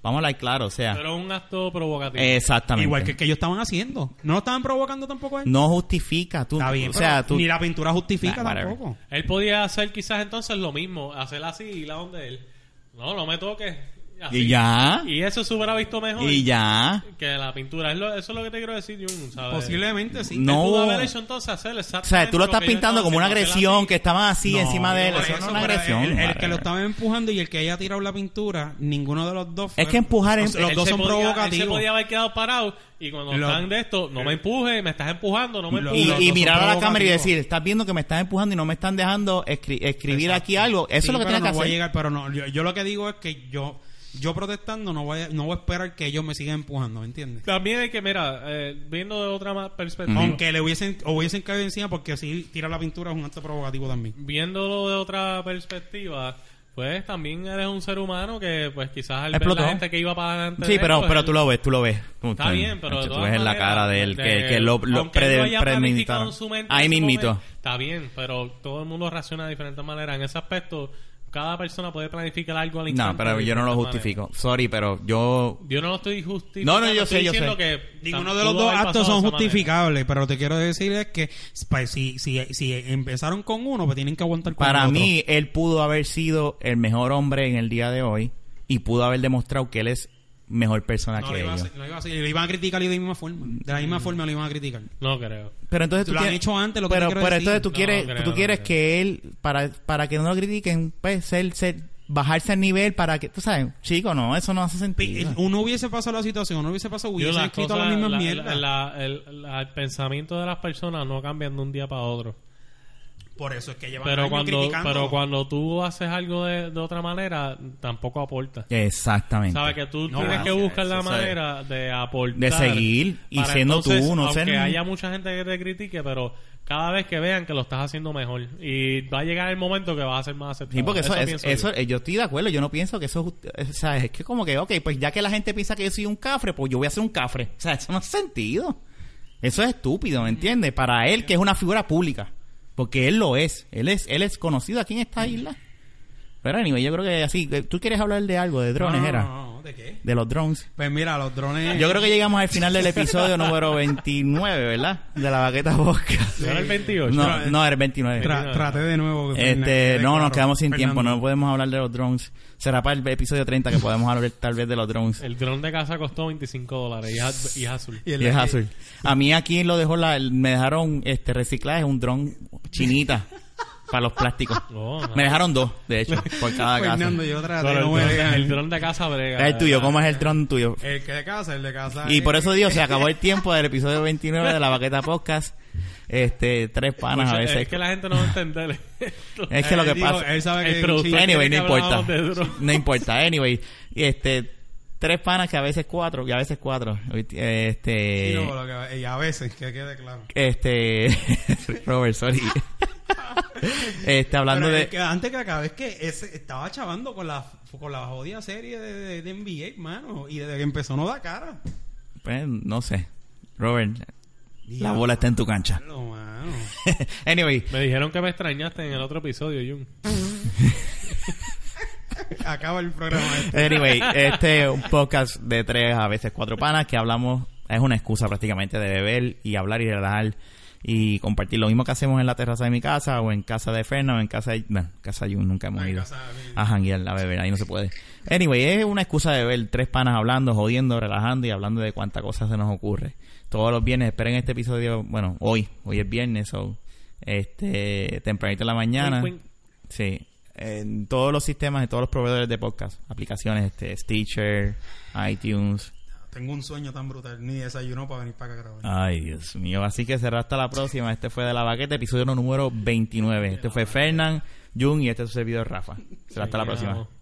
Vamos a hablar claro, o sea. Pero un acto provocativo. Eh. atrás. exactamente. Igual que el que ellos estaban haciendo. No lo estaban provocando tampoco a él. No justifica, tú. Está bien, o sea, pero tú. ni la pintura justifica Nah, whatever. tampoco. Él podía hacer quizás entonces lo mismo, hacer así y la onda de él. No, no me toques. así. Y ya. Y eso se hubiera visto mejor Y ya. que la pintura. Es lo- eso es lo que te quiero decir, Jun, ¿sabes? Posiblemente sí. Él No. pudo haber hecho entonces hacer O sea, exactamente tú lo estás que yo pintando estaba como una haciendo, hacer agresión, así. que estaban así No, encima de él. por Eso no eso, es una pero agresión. El, el que whatever. lo estaba empujando y el que haya tirado la pintura, ninguno de los dos. fue- Es que empujar los, es- los Él dos se son podía- Él se provocativos. podía haber quedado parado y cuando Lo- están de esto, no me empuje, me estás empujando, no me Lo- empujes. Y, los y dos mirar son a la cámara y provocativos. decir, estás viendo que me están empujando y no me están dejando escri- escribir Exacto. aquí algo. Eso Sí, es lo que pero tienes que no voy hacer. a llegar, pero no, yo, yo lo que digo es que yo yo protestando no voy a, no voy a esperar que ellos me sigan empujando, ¿me entiendes? También hay que, mira, eh, viendo de otra ma- perspectiva, Aunque le hubiesen o hubiesen caído encima porque si tirar la pintura es un acto provocativo también. viéndolo de otra perspectiva, pues también eres un ser humano que, pues quizás al ver Explotó. la gente que iba para adelante. Sí, de pero, él, pues, pero él- tú lo ves, tú lo ves. Tú- Está bien, pero. de tú todas ves en la maneras, cara de él que, que lo, lo aunque él pre- haya planificado premeditaron. en su mente Ahí en ese mismito. momento, Está bien, pero todo el mundo reacciona de diferentes maneras. En ese aspecto, cada persona puede planificar algo al instante. No, pero de yo no lo diferentes maneras. justifico. Sorry, pero yo. Yo no lo estoy justificando. No, no, yo estoy sé, yo diciendo sé. que Ninguno tam- de los pudo dos haber pasado actos son de esa manera. justificables, pero te quiero decir es que pa- si, si, si empezaron con uno, pues tienen que aguantar con Para otro. mí, él pudo haber sido el mejor hombre en el día de hoy y pudo haber demostrado que él es mejor persona no lo que iba a ellos. hacer, no lo iba a hacer, y lo iban a criticar de la misma forma. De la Mm. misma forma lo iban a criticar. No creo. Pero entonces tú Lo han quieres- hecho antes, lo que te pero, quiero pero decir. entonces tú No, quieres, creo, tú no quieres creo. que él, para, para que no lo critiquen, pues, ser, ser, bajarse el nivel para que, tú sabes, chico, no, eso no hace Pe- sentido. Uno hubiese pasado la situación, uno hubiese pasado, Yo hubiese las escrito cosas- la misma la- mierda. la- el, la- el pensamiento de las personas no cambian de un día para otro. Por eso es que llevan Pero años cuando, criticando. pero cuando tú haces algo de, de otra manera, tampoco aporta. Exactamente. ah, Sabes que tú No, tienes bueno, que sí, buscar eso la sabe. manera de aportar. De seguir y para siendo tú, entonces, no aunque ser- haya mucha gente que te critique, pero cada vez que vean que lo estás haciendo mejor. Y va a llegar el momento que vas a ser más aceptado. Sí, porque eso, es- pienso eso, yo. eh, yo estoy de acuerdo, yo no pienso que eso, just- eh, o sea, es que como que, ok, pues ya que la gente piensa que yo soy un cafre, pues yo voy a ser un cafre. O sea, eso no hace sentido. Eso es estúpido, ¿me entiendes? Para él, que es una figura pública, porque él lo es, él es, él es conocido aquí en esta isla. Pero anyway, yo creo que así, eh, tú quieres hablar de algo, de drones, No, no, era, no, no, ¿de qué? de los drones. Pues mira, los drones. Yo creo que llegamos al final del episodio número 29, ¿verdad? De la baqueta bosca. ¿No era el 28? No, no, era el 29. Tra- traté de nuevo. Este, Fernan- no, nos Pues claro, quedamos sin Fernando. tiempo, no podemos hablar de los drones. Será para el episodio 30 que podemos hablar tal vez de los drones. El dron de casa costó 25 dólares y es, y es <laughs> azul. Y es azul. A mí aquí lo dejó la, el- me dejaron este reciclaje un dron chinita para los plásticos. Oh, Me dejaron dos, de hecho, por cada casa. <laughs> Fernando, yo traté. Pero no el, me dron, dejan. el dron de casa brega. El tuyo, ¿cómo es el dron tuyo? El que de casa, el de casa. Y por eh, eso digo, se acabó el tiempo del episodio 29 de la Baqueta Podcast. Este, tres panas a Mucho- veces. Es que la gente no va <laughs> a entender esto. Es que lo él que dijo- pasa. Él sabe que. El productor- sí, Anyway, <laughs> no que hablábamos importa. de dron. No importa. Anyway, este tres panas que a veces cuatro, y a veces cuatro. Este. Sí, no, lo que- y a veces, que quede claro. Este. <laughs> Robert, <laughs> sorry. este, hablando Pero de. es que antes que acabe, es que ese- estaba chavando con la, con la jodida serie de, de- de NBA, mano. Y desde que empezó no da cara. Pues, no sé. Robert, la bola está en tu cancha. <laughs> Diablo, mano. anyway, Eh, Me dijeron que me extrañaste en el otro episodio, Jun. Acaba el programa. este. anyway, este es un podcast de tres a veces cuatro panas que hablamos. Es una excusa prácticamente de beber y hablar y relajar y compartir lo mismo que hacemos en la terraza de mi casa o en casa de Ferna o en casa de. No, casa de Jun nunca hemos En ido. casa de- a janguear, a beber, ahí no se puede. Anyway, es una excusa de ver tres panas hablando, jodiendo, relajando y hablando de cuántas cosas se nos ocurre. Todos los viernes, esperen este episodio, bueno, hoy, hoy es viernes, o este, tempranito en la mañana. Wink, wink. Sí, en todos los sistemas, en todos los proveedores de podcast, aplicaciones, este, Stitcher, iTunes. Tengo un sueño tan brutal. Ni desayuno para venir para acá a grabar. Ay, Dios mío. Así que será hasta la próxima. Este fue De la Baqueta, episodio número 29. Este fue Fernán, Jun y este es su servidor Rafa. Será hasta la próxima. Vamos.